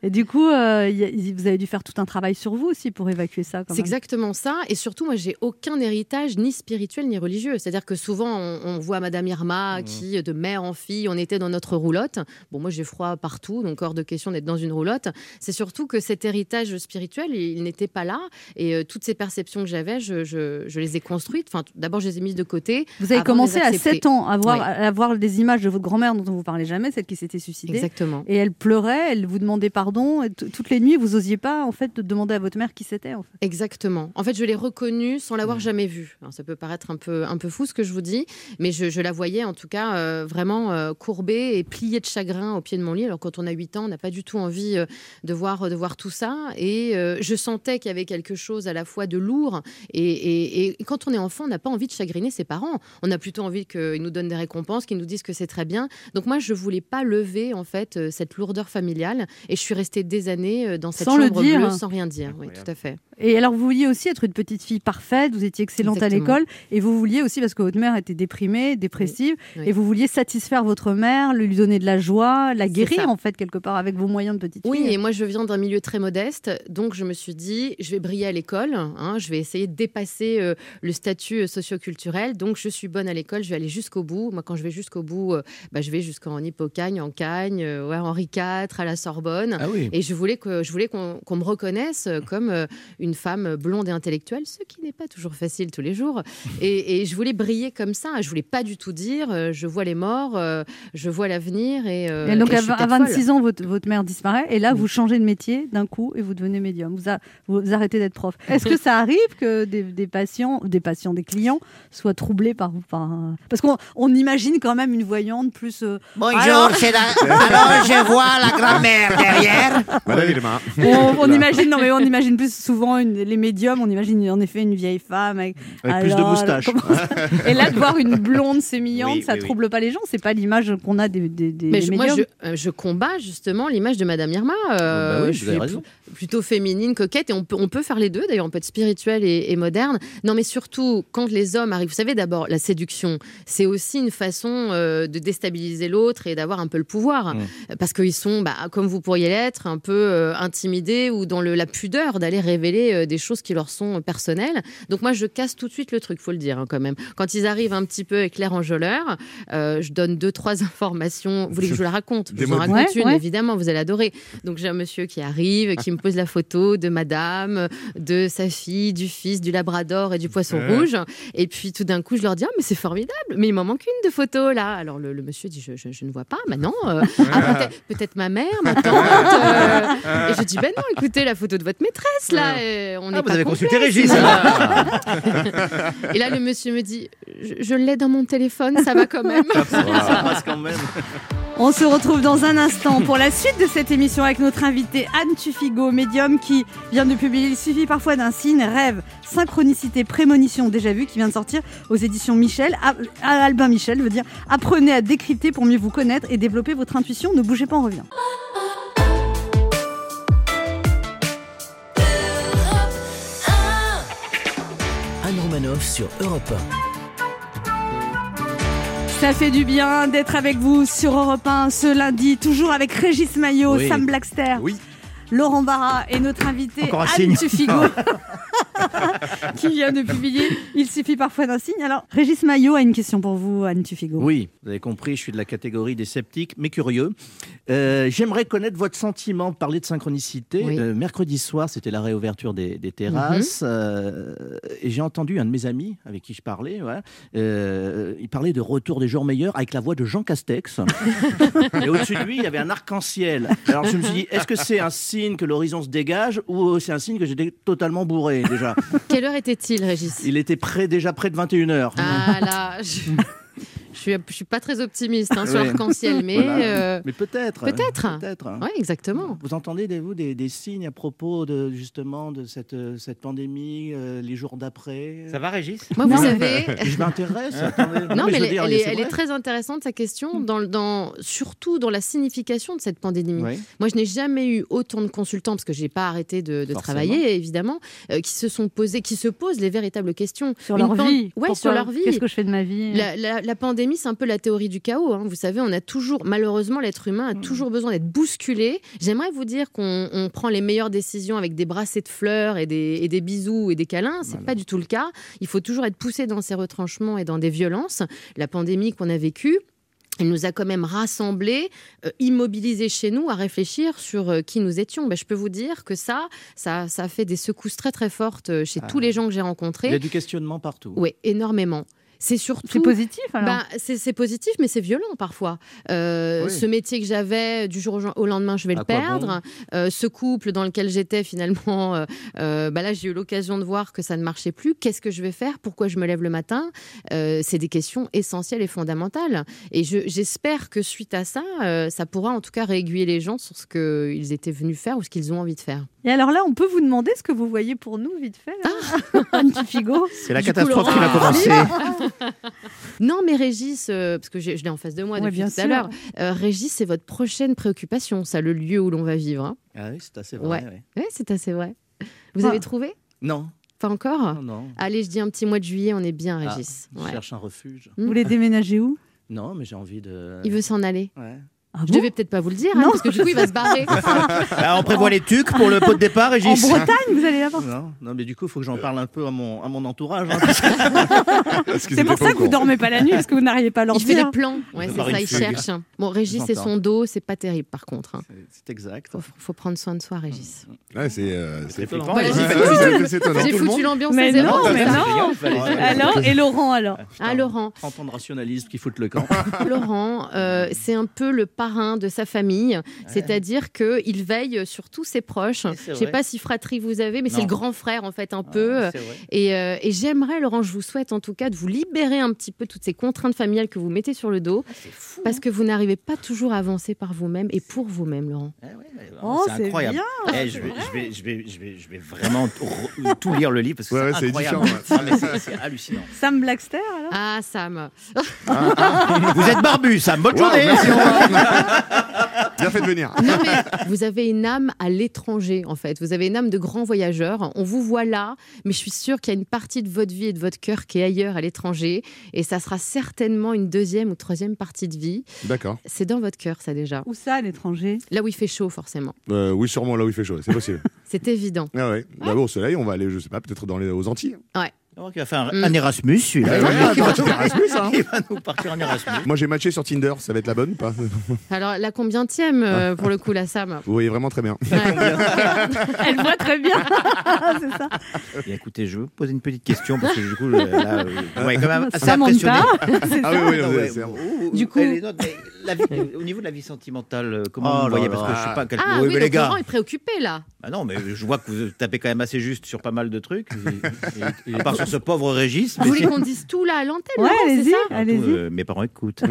S3: Et du coup, euh, y a- y- vous avez dû faire tout un travail sur vous aussi pour évacuer ça. quand
S9: C'est
S3: même.
S9: exactement ça. Et surtout, moi, j'ai aucun héritage ni spirituel ni religieux. C'est-à-dire que souvent, on, on voit Madame Irma qui, de mère en fille, on était dans notre roulotte. Bon, moi, j'ai froid partout, donc hors de question d'être dans une roulotte. C'est surtout que cet héritage spirituel, il, il n'était pas là. Et euh, toutes ces perceptions que j'avais, je, je- je les ai construites. Enfin, t- d'abord, je les ai mises de côté.
S3: Vous avez
S9: avant de
S3: commencé
S9: les
S3: à
S9: accepter.
S3: 7 ans à voir, euh,
S9: Oui.
S3: à voir des images de votre grand-mère dont on vous parlait jamais, celle qui s'était suicidée.
S9: Exactement.
S3: Et elle pleurait, elle vous demandait pardon. Et t- toutes les nuits, vous osiez pas en fait de demander à votre mère qui c'était. En fait.
S9: Exactement. En fait, je l'ai reconnue sans
S3: Mm.
S9: l'avoir jamais vue. Alors, ça peut paraître un peu, un peu fou ce que je vous dis, mais je, je la voyais en tout cas euh, vraiment euh, courbée et pliée de chagrin au pied de mon lit. Alors quand on a 8 ans, on n'a pas du tout envie euh, de, voir, de voir tout ça. Et euh, je sentais qu'il y avait quelque chose à la fois de lourd. Et, et- et quand on est enfant, on n'a pas envie de chagriner ses parents. On a plutôt envie qu'ils nous donnent des récompenses, qu'ils nous disent que c'est très bien. Donc moi, je voulais pas lever en fait euh, cette lourdeur familiale. Et je suis restée des années euh, dans cette
S3: Sans le
S9: chambre
S3: dire.
S9: bleue sans rien dire. Oui, tout à fait.
S3: Et alors, vous vouliez aussi être une petite fille parfaite. Vous étiez excellente
S9: Exactement.
S3: à l'école, et vous vouliez aussi parce que votre mère était déprimée, dépressive,
S9: Oui.
S3: et vous vouliez satisfaire votre mère, lui donner de la joie, la
S9: C'est
S3: guérir
S9: ça.
S3: en fait quelque part avec vos moyens de petite
S9: Oui,
S3: fille.
S9: et moi je viens d'un milieu très modeste, donc je me suis dit, je vais briller à l'école, hein, je vais essayer de dépasser euh, le statut euh, socioculturel, donc je suis bonne à l'école, je vais aller jusqu'au bout. Moi quand je vais jusqu'au bout, euh, bah, je vais jusqu'en Hippocagne, en Cagne, euh, ouais, Henri IV, à la Sorbonne.
S6: Ah oui.
S9: Et je voulais que je voulais qu'on qu'on me reconnaisse euh, comme euh, une femme blonde et intellectuelle, ce qui n'est pas toujours facile tous les jours. Et, et je voulais briller comme ça. Je voulais pas du tout dire, euh, je vois les morts, euh, je vois l'avenir et, euh,
S3: Et donc
S9: et
S3: à,
S9: je suis
S3: à
S9: peut-être folle.
S3: 26 ans, votre, votre mère disparaît et là, vous changez de métier d'un coup et vous devenez médium. Vous, a- vous arrêtez d'être prof. Est-ce que ça arrive que des, des patients, des patients, des clients soient troublés par vous par un- Parce qu'on on imagine quand même une voyante plus. euh,
S10: Bonjour,
S3: Alors
S10: c'est la... Alors je vois la grand-mère derrière.
S5: Madame Irma.
S3: on, on imagine non mais on imagine plus souvent une- les médiums. On imagine en effet une vieille femme avec,
S6: Avec plus de
S3: alors, euh,
S6: moustaches.
S3: comment ça- Et là, de voir une blonde sémillante,
S6: Oui,
S3: ça
S6: oui, oui.
S3: trouble pas les gens. C'est pas l'image qu'on a des, des, des-
S9: Mais
S3: des
S9: je, moi,
S3: médiums.
S9: je, euh, je combats justement l'image de Madame Irma. euh,
S6: Bah oui,
S9: je
S6: vous avez
S9: suis
S6: raison.
S9: pl- plutôt féminine, coquette, et on peut, on peut faire les deux. D'ailleurs, on peut être spirituel et, et moderne. Non, mais surtout, quand les hommes arrivent, vous savez, d'abord, la séduction, c'est aussi une façon euh, de déstabiliser l'autre et d'avoir un peu le pouvoir.
S6: Mm.
S9: Euh, Parce qu'ils sont, bah, comme vous pourriez l'être, un peu euh, intimidés ou dans le, la pudeur d'aller révéler euh, des choses qui leur sont personnelles. Donc, moi, je casse tout de suite le truc, faut le dire hein, quand même. Quand ils arrivent un petit peu éclair enjôleur, euh, je donne deux, trois informations. Vous voulez que je vous la raconte Je vous en
S5: Des
S9: raconte
S3: mots. Ouais,
S9: une,
S3: ouais.
S9: évidemment, vous allez adorer. Donc j'ai un monsieur qui arrive, qui me pose la photo de madame, de sa fille, du fils, du labrador et du poisson
S5: Ouais.
S9: rouge. Et puis tout d'un coup, je leur dis Ah, mais c'est formidable, mais il m'en manque une de photo là. Alors le, le monsieur dit Je, je- je ne vois pas maintenant. Euh, ah, peut-être, peut-être ma mère, ma tante. euh. Et je dis Ben non, écoutez, la photo de votre maîtresse là. euh, on n'est
S6: Ah, vous
S9: pas
S6: avez
S9: complet.
S6: consulté Régis.
S9: Et là, le monsieur me dit Je, je l'ai dans mon téléphone, ça va quand même.
S6: Ah. Ça passe quand même.
S3: On se retrouve dans un instant pour la suite de cette émission avec notre invitée Anne Tufigo, médium qui vient de publier Il suffit parfois d'un signe, rêve, synchronicité, prémonition, déjà vu, qui vient de sortir aux éditions Michel, à, à Albin Michel, veut dire apprenez à décrypter pour mieux vous connaître et développer votre intuition. Ne bougez pas, on revient.
S2: Anne Romanoff sur Europe
S3: Ça fait du bien d'être avec vous sur Europe 1 ce lundi, toujours avec Régis Maillot,
S6: Oui.
S3: Sam Blackster,
S5: Oui.
S3: Laurent Barra et notre invité
S4: Encore un
S3: Anne
S4: signe.
S3: Tufigo,
S6: Ah.
S3: qui vient de publier Il suffit parfois d'un signe. Alors, Régis Maillot a une question pour vous, Anne Tufigo.
S6: Oui, vous avez compris, je suis de la catégorie des sceptiques, mais curieux. Euh, J'aimerais connaître votre sentiment, parler de synchronicité.
S9: Oui.
S6: Euh, mercredi soir, c'était la réouverture des, des terrasses, euh, et j'ai entendu un de mes amis avec qui je parlais, ouais, euh, il parlait de retour des jours meilleurs avec la voix de Jean Castex. et au-dessus de lui, il y avait un arc-en-ciel. Alors je me suis dit, est-ce que c'est un signe que l'horizon se dégage, ou c'est un signe que j'étais totalement bourré déjà
S9: Quelle heure était-il, Régis
S6: Il était près, déjà près de 21h.
S9: Ah là, je, je suis, je suis pas très optimiste hein, sur
S6: Ouais.
S9: l'arc-en-ciel, mais.
S6: Voilà.
S9: euh,
S6: Mais peut-être.
S9: Peut-être.
S6: Peut-être. hein.
S9: Ouais, exactement.
S6: Vous entendez des, vous, des, des signes à propos de, justement de cette, euh, cette pandémie, euh, les jours d'après
S11: Ça va, Régis
S9: Moi, vous savez-
S6: Je m'intéresse. attendez.
S9: Non, mais,
S6: je
S9: elle,
S6: veux
S9: est-
S6: dire,
S9: elle est,
S6: c'est
S9: elle est
S6: vrai.
S9: très intéressante, sa question, dans, le- dans, surtout dans la signification de cette pandémie. Moi, je n'ai jamais eu autant de consultants, parce que je n'ai pas arrêté de, de travailler, évidemment, euh, qui se sont posés, qui se posent les véritables questions.
S3: Sur
S9: Une
S3: leur
S9: pan-
S3: vie.
S9: Ouais,
S3: Pourquoi-
S9: sur leur vie.
S3: Qu'est-ce que je fais de ma vie
S9: La, la- la pandémie, c'est un peu la théorie du chaos. hein. Vous savez, on a toujours, malheureusement, l'être humain a toujours besoin d'être bousculé. J'aimerais vous dire qu'on on prend les meilleures décisions avec des brassées de fleurs et des, et des bisous et des câlins. C'est pas du tout le cas. Il faut toujours être poussé dans ses retranchements et dans des violences. La pandémie qu'on a vécue. Elle nous a quand même rassemblés, euh, immobilisés chez nous, à réfléchir sur euh, qui nous étions. Ben, je peux vous dire que ça, ça, ça a fait des secousses très très fortes euh, chez
S6: Ah.
S9: tous les gens que j'ai rencontrés.
S6: Il y a du questionnement partout.
S9: Oui, énormément. C'est surtout.
S6: C'est positif, alors
S9: Bah, c'est, c'est positif, mais c'est violent parfois. Euh,
S6: Oui.
S9: Ce métier que j'avais, du jour au- au lendemain, je vais
S6: À
S9: le
S6: quoi
S9: perdre. Euh, ce couple dans lequel j'étais, finalement, euh, euh, bah là, j'ai eu l'occasion de voir que ça ne marchait plus. Qu'est-ce que je vais faire Pourquoi je me lève le matin Euh, C'est des questions essentielles et fondamentales. Et je- j'espère que suite à ça, euh, ça pourra en tout cas réaiguiller les gens sur ce qu'ils étaient venus faire ou ce qu'ils ont envie de faire.
S3: Et alors là, on peut vous demander ce que vous voyez pour nous, vite fait, hein. là
S9: Ah.
S3: Anne Figo.
S4: C'est la catastrophe qui va commencer.
S9: Non, mais Régis, euh, parce que j'ai- je l'ai en face de moi
S3: Ouais,
S9: depuis
S3: bien
S9: tout à
S3: sûr.
S9: l'heure, euh, Régis, c'est votre prochaine préoccupation, ça, le lieu où l'on va vivre. hein.
S6: Ah oui, c'est assez
S9: ouais,
S6: vrai. ouais.
S9: Ouais, c'est assez vrai. Vous
S3: Ah.
S9: avez trouvé
S6: Non.
S9: Pas encore
S6: Non, non.
S9: Allez, je dis un petit mois de juillet, on est bien,
S6: Ah,
S9: Régis.
S6: je
S9: Ouais. Hmm.
S6: cherche un refuge.
S9: Vous voulez
S3: déménager où Ah
S6: Non, mais j'ai envie de.
S9: Il veut s'en aller.
S6: Ouais.
S9: je devais peut-être pas vous le dire, hein,
S6: Non.
S9: parce que du coup, il va se barrer.
S6: Bah, on prévoit les tucs pour le pot de départ, Régis.
S9: En Bretagne, vous allez là-bas
S6: Non, non, mais du coup, il faut que j'en parle un peu à mon, à mon entourage. hein, parce que-
S3: C'est pour ça que vous dormez pas la nuit, parce que vous n'arrivez pas à hein. leur
S9: Il fait
S3: dire.
S9: des plans, ouais,
S6: Il
S9: c'est ça,
S6: part une
S9: il
S6: fugue.
S9: cherche. Bon, Régis, c'est
S6: J'entends.
S9: son dos, c'est pas terrible par contre. hein.
S6: C'est exact. Mmh.
S9: Faut, faut prendre soin de soi, Régis.
S5: Ouais, c'est euh, c'est
S6: étonnant.
S5: flippant.
S6: Voilà,
S5: Ouais,
S6: j'ai
S5: ouais,
S6: foutu-
S5: c'est- c'est étonnant.
S9: j'ai
S5: Tout le
S9: foutu
S5: monde.
S9: l'ambiance
S3: Mais
S9: à zéro.
S3: non,
S9: comme
S3: mais
S9: ça.
S3: non. Alors, et Laurent, alors
S9: Ah, Laurent.
S6: 30 ans de rationalisme qui foutent le camp.
S9: Laurent, euh, c'est un peu le parrain de sa famille, c'est-à-dire que il veille sur tous ses proches. Je
S6: c'est
S9: sais
S6: vrai.
S9: pas si fratrie vous avez, mais c'est
S6: Non. Ah,
S9: le grand frère en fait un peu.
S6: c'est vrai.
S9: Et, euh, et j'aimerais, Laurent, je vous souhaite en tout cas de vous libérer un petit peu toutes ces contraintes familiales que vous mettez sur le
S6: Ah,
S9: dos,
S6: hein.
S9: parce que vous n'arrivez pas toujours à avancer par vous-même et pour vous-même, Laurent.
S6: Oh, c'est incroyable. Eh, je, vais, je, vais, je, vais, je, vais, je vais vraiment tout re- tout lire le livre parce que
S5: Ouais, ouais,
S6: c'est
S5: c'est
S6: incroyable.
S5: édifiant, ouais.
S6: Ah, mais c'est- c'est hallucinant.
S3: Sam Blackster, alors
S9: Ah, Sam.
S6: Vous êtes barbu, Sam. Bonne
S5: Wow,
S6: journée.
S5: merci, au revoir. Bien fait de venir.
S9: Non, mais vous avez une âme à l'étranger, en fait. Vous avez une âme de grand voyageur. On vous voit là, mais je suis sûre qu'il y a une partie de votre vie et de votre cœur qui est ailleurs, à l'étranger. Et ça sera certainement une deuxième ou troisième partie de vie.
S5: D'accord.
S9: C'est dans votre cœur, ça déjà.
S3: Où ça, à l'étranger
S9: Là où il fait chaud, forcément.
S5: Euh, oui, sûrement là où il fait chaud, c'est possible.
S9: C'est évident.
S5: Ah ouais. Bah, bon, au soleil, on va aller, je sais pas, peut-être dans les aux Antilles. Ah
S9: Ouais.
S6: Il va faire
S9: Mm.
S6: un, un Erasmus, celui-là.
S5: Ouais,
S6: Il va
S5: attends,
S6: nous-
S5: Erasmus, hein.
S6: Il va nous partir en Erasmus.
S5: Moi, j'ai matché sur Tinder, ça va être la bonne ou pas Vous
S9: Alors, la combientième, euh, pour le coup, la Sam
S5: voyez vraiment très bien.
S3: Elle voit très bien. c'est ça.
S6: Et écoutez, je vais vous poser une petite question parce que du coup, euh, là, euh, vous m'avez quand même assez
S3: Ça monte pas.
S6: impressionné.
S5: Ah oui, oui,
S6: Non,
S5: non,
S6: ouais,
S5: c'est-
S6: ou- ou-
S3: Du coup-
S6: elle est autre, mais la vie- au niveau de la vie sentimentale, euh, comment
S5: Oh
S6: vous voyez
S5: là
S6: Parce que
S5: là.
S6: je sais pas quel...
S9: Ah
S6: Oui,
S9: oui,
S6: mais
S9: donc
S6: les gars.
S9: Laurent est préoccupé, là.
S6: Bah non, mais je vois que vous tapez quand même assez juste sur pas mal de trucs. Et- et- et- à part sur ce pauvre Régis.
S9: Vous
S6: mais
S9: voulez
S6: sinon-
S9: qu'on dise tout, là, à l'antenne
S3: Ouais,
S9: Laurent, c'est
S3: allez-y,
S9: ça
S6: Surtout,
S3: allez-y.
S6: euh, mes parents écoutent.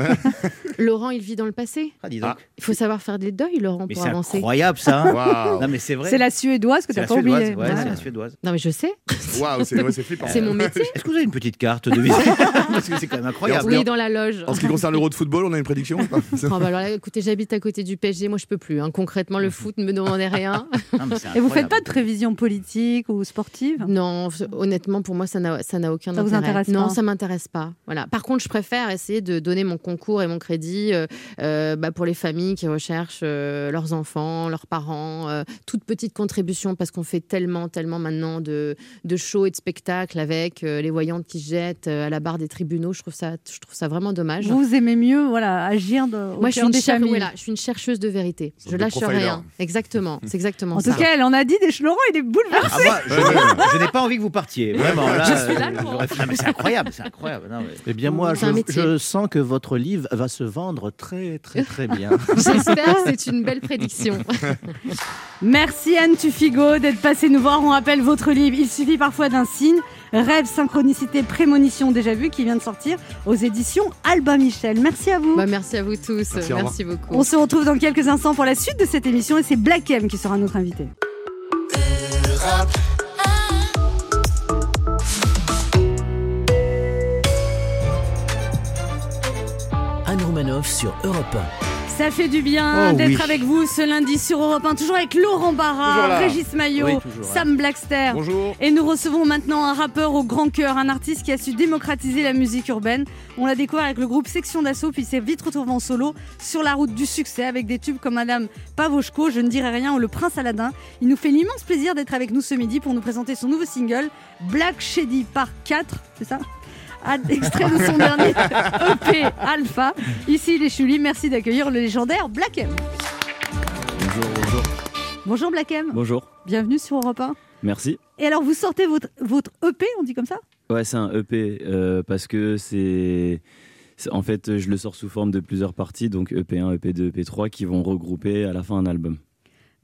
S9: Laurent, il vit dans le passé.
S6: Ah, dis donc.
S9: Il faut savoir faire des deuils, Laurent,
S6: mais
S9: pour
S6: c'est
S9: avancer.
S6: incroyable ça. hein.
S5: Waouh.
S6: Non mais c'est vrai.
S3: C'est la suédoise que
S6: C'est
S3: t'as
S6: la
S3: pas
S6: suédoise.
S3: oubliée.
S6: ouais,
S3: Ouais.
S6: c'est la suédoise.
S9: Non, mais je sais.
S5: Waouh, c'est ouais, c'est flippant.
S9: C'est mon métier.
S6: Est-ce que vous avez une petite carte de visite Parce que c'est quand même incroyable.
S9: Oui, dans la loge.
S5: En ce qui concerne l'euro de football, on a une prédiction ou pas
S9: Oh, bah alors là, écoutez, j'habite à côté du PSG, moi je peux plus. hein. Concrètement, le foot ne me demandait rien.
S6: Mm-hmm. Non, mais c'est
S3: Et vous faites
S6: incroyable.
S3: pas de prévisions politiques ou sportives
S9: Non, f- honnêtement, pour moi, ça n'a ça n'a aucun
S3: Ça vous
S9: intérêt.
S3: intéresse
S9: non,
S3: pas
S9: ça m'intéresse pas. Voilà. Par contre, je préfère essayer de donner mon concours et mon crédit euh, euh, bah, pour les familles qui recherchent euh, leurs enfants, leurs parents, euh, toute petite contribution parce qu'on fait tellement, tellement maintenant de, de shows et de spectacles avec euh, les voyantes qui se jettent euh, à la barre des tribunaux. Je trouve ça, je trouve ça vraiment dommage.
S3: Vous aimez mieux voilà, agir de, au
S9: Moi, je suis,
S3: cœur
S9: une
S3: des
S9: cher-
S3: familles.
S9: voilà, je suis une chercheuse de vérité.
S5: Sorte
S9: Je
S5: de
S9: lâche
S5: profiler.
S9: rien. Exactement. C'est exactement
S3: En
S9: ça.
S3: tout cas, elle en a dit des Laurent, il est bouleversé.
S6: Ah, moi, je, je n'ai pas envie que vous partiez. Vraiment. Là, là,
S9: celui-là,
S6: euh,
S9: Laurent.
S6: j'aurais fait- non, mais c'est incroyable, c'est incroyable. non, mais- Eh bien, moi,
S9: Oh, C'est un
S6: je,
S9: métier.
S6: je sens que votre livre va se vendre très, très, très bien.
S9: J'espère, c'est une belle prédiction.
S3: Merci Anne Tufigo d'être passée nous voir. On rappelle votre livre. Il suffit parfois d'un signe. Rêve, synchronicité, prémonition déjà vu qui vient de sortir aux éditions Albin Michel. Merci à vous.
S9: Bah, merci à vous tous.
S3: Merci,
S9: Merci,
S3: au revoir.
S9: beaucoup.
S3: On se retrouve dans quelques instants pour la suite de cette émission et c'est Black M qui sera notre invité.
S2: Anne Romanoff sur Europe
S3: Ça fait du bien
S2: Oh
S3: d'être
S2: oui.
S3: avec vous ce lundi sur Europe 1, toujours avec Laurent
S2: Toujours
S3: Barra,
S2: là.
S3: Régis Maillot,
S2: Oui, toujours là.
S3: Sam Blackster.
S2: Bonjour.
S3: Et nous recevons maintenant un rappeur au grand cœur, un artiste qui a su démocratiser la musique urbaine. On l'a découvert avec le groupe Section d'Assaut, puis il s'est vite retrouvé en solo sur la route du succès avec des tubes comme Madame Pavoshko, Je ne dirai rien ou Le Prince Aladdin. Il nous fait l'immense plaisir d'être avec nous ce midi pour nous présenter son nouveau single, Black Shady Part 4, c'est ça Ah, Extrait de son dernier EP Alpha. Ici les Chulis, merci d'accueillir le légendaire Black M.
S11: Bonjour, bonjour.
S3: Bonjour Black M.
S11: Bonjour,
S3: Bienvenue sur Europe 1.
S11: merci.
S3: Et alors vous sortez votre, votre EP, on dit comme ça
S11: Ouais, c'est un EP euh, parce que c'est. c'est- En fait, je le sors sous forme de plusieurs parties, donc E EP1, EP2, EP3, qui vont regrouper à la fin un album.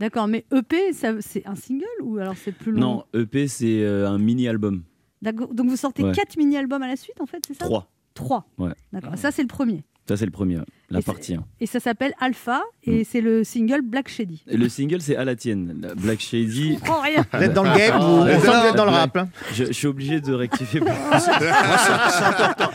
S3: D'accord, mais EP, ça- c'est un single ou alors c'est plus long
S11: Non, EP, c'est euh, un mini-album.
S3: D'accord, donc vous sortez
S11: Ouais.
S3: 4 mini-albums à la suite en fait, c'est ça
S11: Trois.
S3: Trois.
S11: Ouais.
S3: D'accord, ça c'est le premier.
S11: Ça, c'est le premier, ouais, la partie 1.
S3: Et ça s'appelle Alpha
S11: Mm.
S3: et c'est le single Black Shady.
S11: Le single, c'est à la tienne, la Black Shady. Ah,
S3: comprends rien.
S4: Vous êtes dans le game, vous. On sent que vous êtes dans le rap, hein.
S11: Je, je suis obligé de rectifier. pour-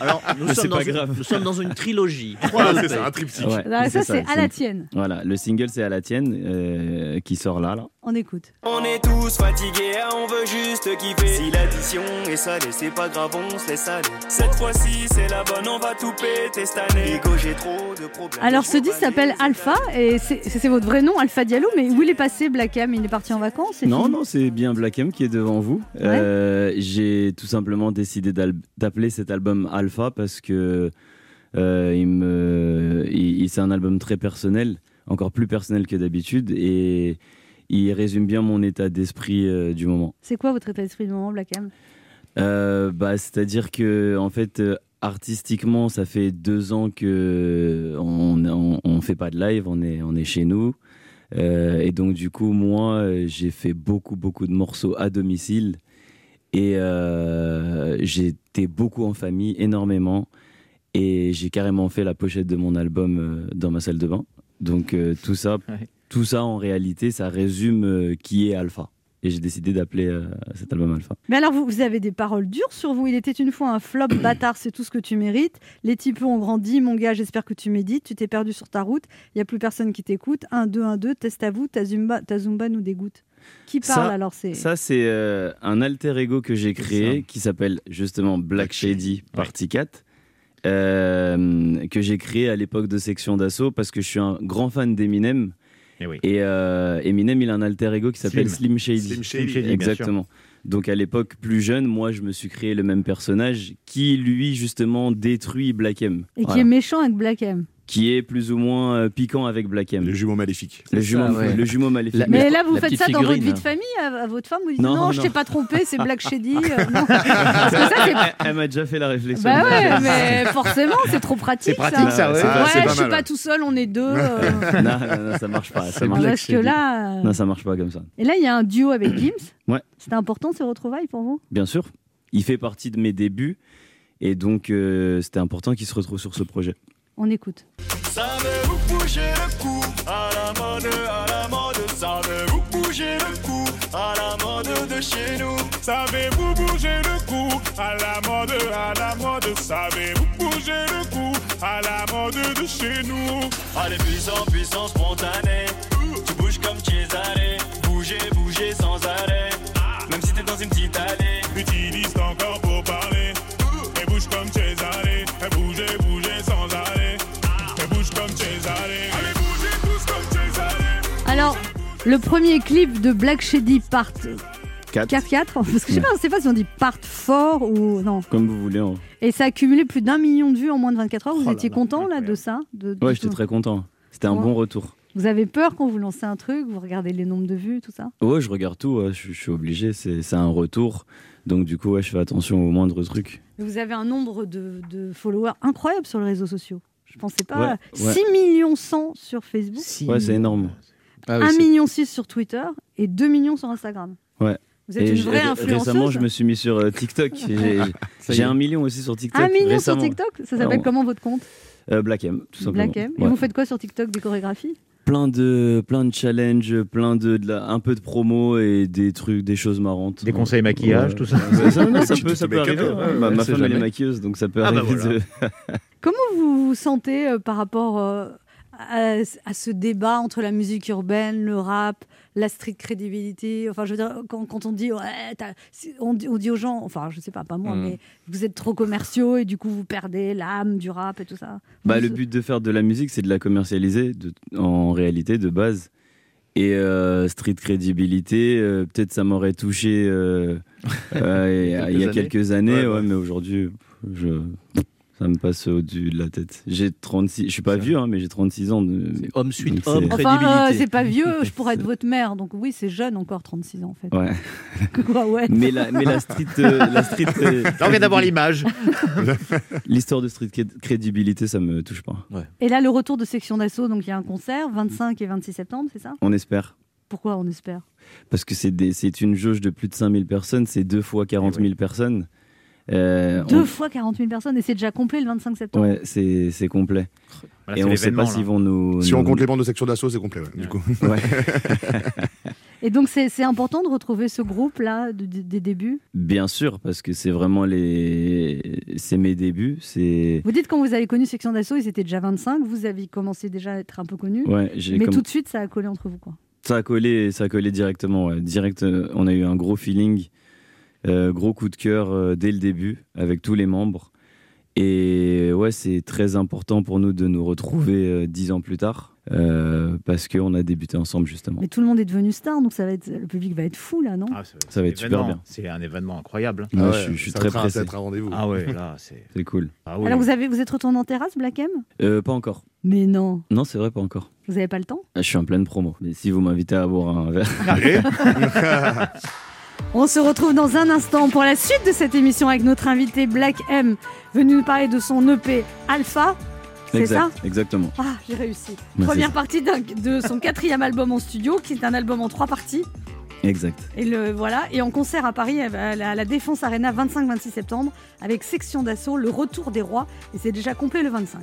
S6: Alors, nous
S11: Mais
S6: sommes,
S11: c'est
S6: dans
S11: pas
S6: une,
S11: grave.
S6: nous sommes dans une trilogie.
S11: Voilà,
S6: Trois
S11: c'est
S6: EP.
S11: ça, un triptyque. Ouais.
S3: Là,
S11: c'est
S3: ça
S11: ça,
S3: c'est à
S11: le
S3: la
S11: single.
S3: tienne,
S11: Voilà, le single, c'est à la tienne, euh, qui sort là, là.
S3: on écoute.
S12: On est tous fatigués, ah, on veut juste kiffer. Si l'addition est salée, c'est pas grave, on se laisse aller. Cette fois-ci, c'est la bonne, on va tout péter cette année. Digo, j'ai trop de problèmes.
S3: Alors ce disque s'appelle Alpha et c'est c'est votre vrai nom, Alpha Diallo, mais où il est passé Black M Il est parti en vacances c'est
S11: Non,
S3: fini
S11: non, c'est bien Black M qui est devant vous. Euh, J'ai tout simplement décidé d'al- d'appeler cet album Alpha parce que euh, il me, il- il- c'est un album très personnel, encore plus personnel que d'habitude, et il résume bien mon état d'esprit euh, du moment.
S3: C'est quoi votre état d'esprit du moment, Black M
S11: Euh, bah, C'est-à-dire que, en fait, euh, artistiquement, ça fait deux ans que on, on, on fait pas de live, on est, on est chez nous. Euh, et donc, du coup, moi, euh, j'ai fait beaucoup, beaucoup de morceaux à domicile. Et euh, j'étais beaucoup en famille, énormément. Et j'ai carrément fait la pochette de mon album euh, dans ma salle de bain. Donc, euh, tout, ça, tout ça, en réalité, ça résume euh, qui est Alpha. Et j'ai décidé d'appeler euh, cet album Alpha.
S3: Mais alors, vous, vous avez des paroles dures sur vous. Il était une fois un flop bâtard, c'est tout ce que tu mérites. Les types ont grandi, mon gars, j'espère que tu médites. Tu t'es perdu sur ta route, il n'y a plus personne qui t'écoute. 1, 2, 1, 2, test à vous, ta Zumba, ta Zumba nous dégoûte. Qui parle
S11: ça,
S3: alors c'est
S11: Ça, c'est euh, un alter ego que j'ai créé qui s'appelle justement Black Shady Party 4. euh, que j'ai créé à l'époque de Section d'Assaut parce que je suis un grand fan d'Eminem. Et, euh, Eminem, il a un alter ego qui s'appelle Eh Slim.
S5: Slim.
S11: Shady.
S5: Slim Shady, bien sûr.
S11: Exactement. Donc à l'époque plus jeune, moi, je me suis créé le même personnage qui, lui, justement, détruit Black M.
S3: Et qui
S11: Voilà
S3: est méchant avec Black M.
S11: qui est plus ou moins euh, piquant avec Black M. Le jumeau maléfique. Le
S6: C'est
S11: jumeau,
S6: ça, ouais.
S11: le jumeau maléfique.
S3: Mais là, vous faites ça dans votre vie de famille à, à votre femme Vous dites non,
S11: Non,
S3: je
S11: non.
S3: t'ai pas trompé, c'est Black Shady. euh, non.
S11: elle elle m'a déjà fait la réflexion.
S3: Bah ouais, mais forcément, c'est trop pratique.
S11: C'est pratique, ça,
S3: Ouais,
S11: ouais. Ah, c'est pas
S3: je suis
S11: mal,
S3: pas
S11: ouais.
S3: tout seul, on est deux. euh.
S11: non, non, non, ça marche pas. Ça
S3: Ah,
S11: marche.
S3: parce que là, euh,
S11: Non, ça marche pas comme ça.
S3: Et là, il y a un duo avec Gims.
S11: Ouais,
S3: C'était important ces retrouvailles pour vous
S11: bien sûr. Il fait partie de mes débuts. Et donc, euh, c'était important qu'il se retrouve sur ce projet.
S3: On écoute.
S12: Savez-vous bouger le cou à la mode, à la mode Savez-vous bouger le cou à la mode de chez nous Savez-vous bouger le cou à la mode, à la mode Savez-vous bouger le cou à la mode de chez nous Allez, puissant, puissant, spontané Tu bouges comme tu es allé Bouger, bouger sans arrêt Même si t'es dans une petite allée Utilise ton corps pour parler Et bouge comme tu es allé Et bouger, bouger sans arrêt et bouge comme Cesare. Allez, bougez tous comme Cesare.
S3: Alors, le premier clip de Black Shady part
S11: 4.
S3: 4-4, parce que je sais pas, on sait pas si on dit part fort ou non.
S11: Comme vous voulez. hein.
S3: Et ça a cumulé plus d'un million de vues en moins de 24 heures. Vous
S11: Oh là
S3: étiez content là de ça de, de
S11: Ouais,
S3: tout
S11: j'étais très content. C'était un
S3: Ouais.
S11: bon retour.
S3: Vous avez peur quand vous lancez un truc, vous regardez les nombres de vues, tout ça
S11: Ouais, je regarde tout. ouais, Je, je suis obligé. C'est c'est un retour. Donc du coup, ouais, je fais attention au moindre truc.
S3: Vous avez un nombre de, de followers incroyable sur les réseaux sociaux. Je pensais pas.
S11: Ouais, ouais.
S3: 6 millions 100 sur Facebook.
S11: Ouais, c'est énorme. Ah
S3: 1 million 6 sur Twitter et 2 millions sur Instagram.
S11: Ouais.
S3: Vous êtes une
S11: je-
S3: vraie
S11: ré-
S3: influenceuse. Ah,
S11: Récemment, je me suis mis sur euh, TikTok. J'ai-
S3: Ça y est.
S11: J'ai un million aussi sur TikTok.
S3: 1 million sur
S11: récemment.
S3: TikTok Ça s'appelle
S11: Alors,
S3: comment votre compte
S11: euh, Black M, tout simplement.
S3: Black M. Et
S11: Ouais.
S3: vous faites quoi sur TikTok Des chorégraphies
S11: Plein de, plein de challenges, plein de, de la- un peu de promo et des trucs, des choses marrantes. Des
S1: conseils maquillage, tout ça.
S11: Ça, ça- non, ça
S1: Tu
S11: peut,
S1: te
S11: ça peut
S1: make-up,
S11: arriver.
S1: ouais,
S11: ma
S1: ouais,
S11: ma
S1: c'est
S11: femme elle est
S1: jamais.
S11: maquilleuse, donc ça peut
S1: Ah bah
S11: arriver.
S1: voilà.
S11: de-
S3: Comment vous vous sentez euh, par rapport euh, à, à ce débat entre la musique urbaine, le rap, la street crédibilité Enfin, je veux dire, quand, quand on dit, ouais, t'as- si- on, dit- on dit aux gens, enfin, je sais pas, pas moi,
S11: Mm.
S3: mais vous êtes trop commerciaux et du coup vous perdez l'âme du rap et tout ça.
S11: Bah, le but de faire de la musique, c'est de la commercialiser de- en réalité de base. Et euh, street crédibilité, euh, peut-être ça m'aurait touché euh, euh, il y a- il y a
S6: Quelques
S11: quelques années, ouais, mais aujourd'hui, je... ça me passe au-dessus de la tête. J'ai 36, je suis pas vieux, hein, mais j'ai 36 ans. De... Homme suite,
S6: homme,
S3: Enfin, euh, c'est pas vieux, je pourrais être votre mère, donc oui, c'est jeune encore, 36 ans en fait.
S11: Ouais.
S3: Quoi, ouais.
S11: Mais la, mais la street. euh, la street euh,
S4: Là, on vient d'avoir l'image.
S11: L'histoire de street cré- crédibilité, ça me touche pas.
S3: Et là, le retour de Section d'Assaut, donc il y a un concert, 25 et 26 septembre, c'est ça
S11: On espère.
S3: Pourquoi on espère
S11: parce que c'est des- c'est une jauge de plus de 5000 personnes, c'est deux fois 40 000 personnes. Euh,
S3: Deux
S11: on-
S3: fois 40 000 personnes et c'est déjà complet le 25 septembre.
S11: Ouais, c'est c'est complet.
S5: Voilà,
S11: et
S5: c'est
S11: on ne sait
S5: l'événement,
S11: pas
S5: là.
S11: s'ils vont nous.
S5: Si on
S11: nous-
S5: compte les bandes de section d'assaut, c'est complet, ouais, du coup.
S3: Et donc c'est c'est important de retrouver ce groupe-là de- de- des débuts.
S11: Bien sûr, parce que c'est vraiment les. C'est mes débuts. C'est.
S3: Vous dites quand vous avez connu Section d'Assaut, ils étaient déjà 25, vous avez commencé déjà à être un peu connu.
S11: Ouais, j'ai
S3: mais
S11: comme-
S3: tout de suite, ça a collé entre vous. Quoi.
S11: Ça a collé, ça a collé directement. ouais. Direct, euh, on a eu un gros feeling, euh, gros coup de cœur euh, dès le début avec tous les membres. Et ouais, c'est très important pour nous de nous retrouver euh, dix ans plus tard euh, parce qu'on a débuté ensemble justement.
S3: Mais tout le monde est devenu star, donc ça va être... le public va être fou là, non
S11: Ça va être super bien.
S13: C'est un événement incroyable.
S11: Ouais, Ah ouais, je suis- je suis ça très sera-
S13: pressé.
S11: ça pressé. va être un rendez-vous.
S13: Ah ouais, là, c'est.
S11: C'est cool.
S13: Ah oui.
S3: Alors vous, avez... vous êtes retourné en terrasse, Black M
S11: Euh, pas encore.
S3: Mais non,
S11: Non, c'est vrai, pas encore. Ah,
S3: vous n'avez pas le temps
S11: Je suis en pleine promo. Mais si vous m'invitez à boire un verre.
S3: On se retrouve dans un instant pour la suite de cette émission avec notre invité Black M, venu nous parler de son EP Alpha. C'est ça
S11: Exact, Exactement.
S3: Ah, j'ai réussi.
S11: Ouais,
S3: Première
S11: c'est ça.
S3: partie d'un- de son quatrième album en studio, qui est un album en trois parties.
S11: Exact.
S3: Et le voilà. Et en concert à Paris, à la, à la Défense Arena, 25-26 septembre, avec Section d'Assaut, Le Retour des Rois. Et c'est déjà complet le 25.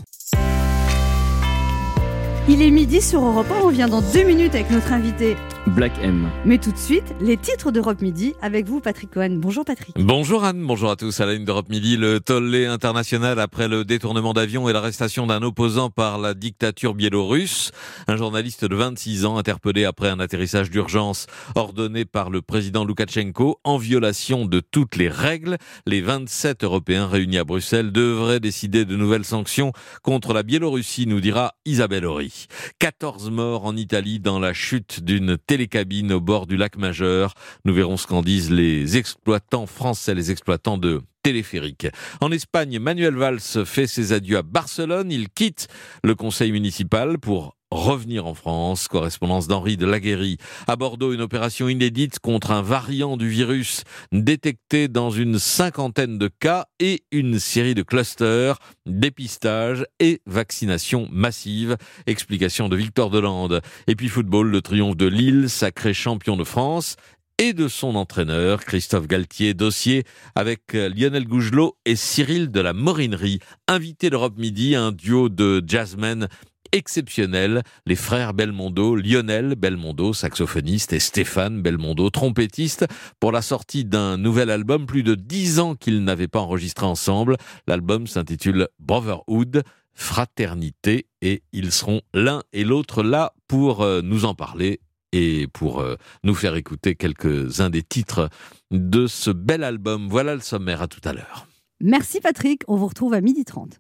S3: Il est midi sur Europe 1. On revient dans deux minutes avec notre invité.
S11: Black M.
S3: Mais tout de suite, les titres d'Europe Midi avec vous, Patrick Cohen. Bonjour, Patrick.
S14: Bonjour Anne, bonjour à tous. À la une d'Europe Midi, le tollé international après le détournement d'avion et l'arrestation d'un opposant par la dictature biélorusse. Un journaliste de 26 ans interpellé après un atterrissage d'urgence ordonné par le président Loukachenko en violation de toutes les règles. Les 27 Européens réunis à Bruxelles devraient décider de nouvelles sanctions contre la Biélorussie, nous dira Isabelle Horry. 14 morts en Italie dans la chute d'une télécabine au bord du lac Majeur. Nous verrons ce qu'en disent les exploitants français, les exploitants de téléphériques. En Espagne, Manuel Valls fait ses adieux à Barcelone. Il quitte le conseil municipal pour revenir en France. Correspondance d'Henri de Laguérie. À Bordeaux, une opération inédite contre un variant du virus détecté dans une cinquantaine de cas et une série de clusters, dépistage et vaccination massive. Explication de Victor Delande. Et puis football, le triomphe de Lille, sacré champion de France et de son entraîneur Christophe Galtier, dossier avec euh, Lionel Gougelot et Cyril de la Morinerie, invité d'Europe Midi, un duo de jazzmen exceptionnels, les frères Belmondo, Lionel Belmondo, saxophoniste, et Stéphane Belmondo, trompettiste, pour la sortie d'un nouvel album, plus de dix ans qu'ils n'avaient pas enregistré ensemble. L'album s'intitule Brotherhood, Fraternité, et ils seront l'un et l'autre là pour euh, nous en parler et pour euh, nous faire écouter quelques-uns des titres de ce bel album. Voilà le sommaire, à tout à l'heure.
S3: Merci, Patrick. On vous retrouve à midi 30.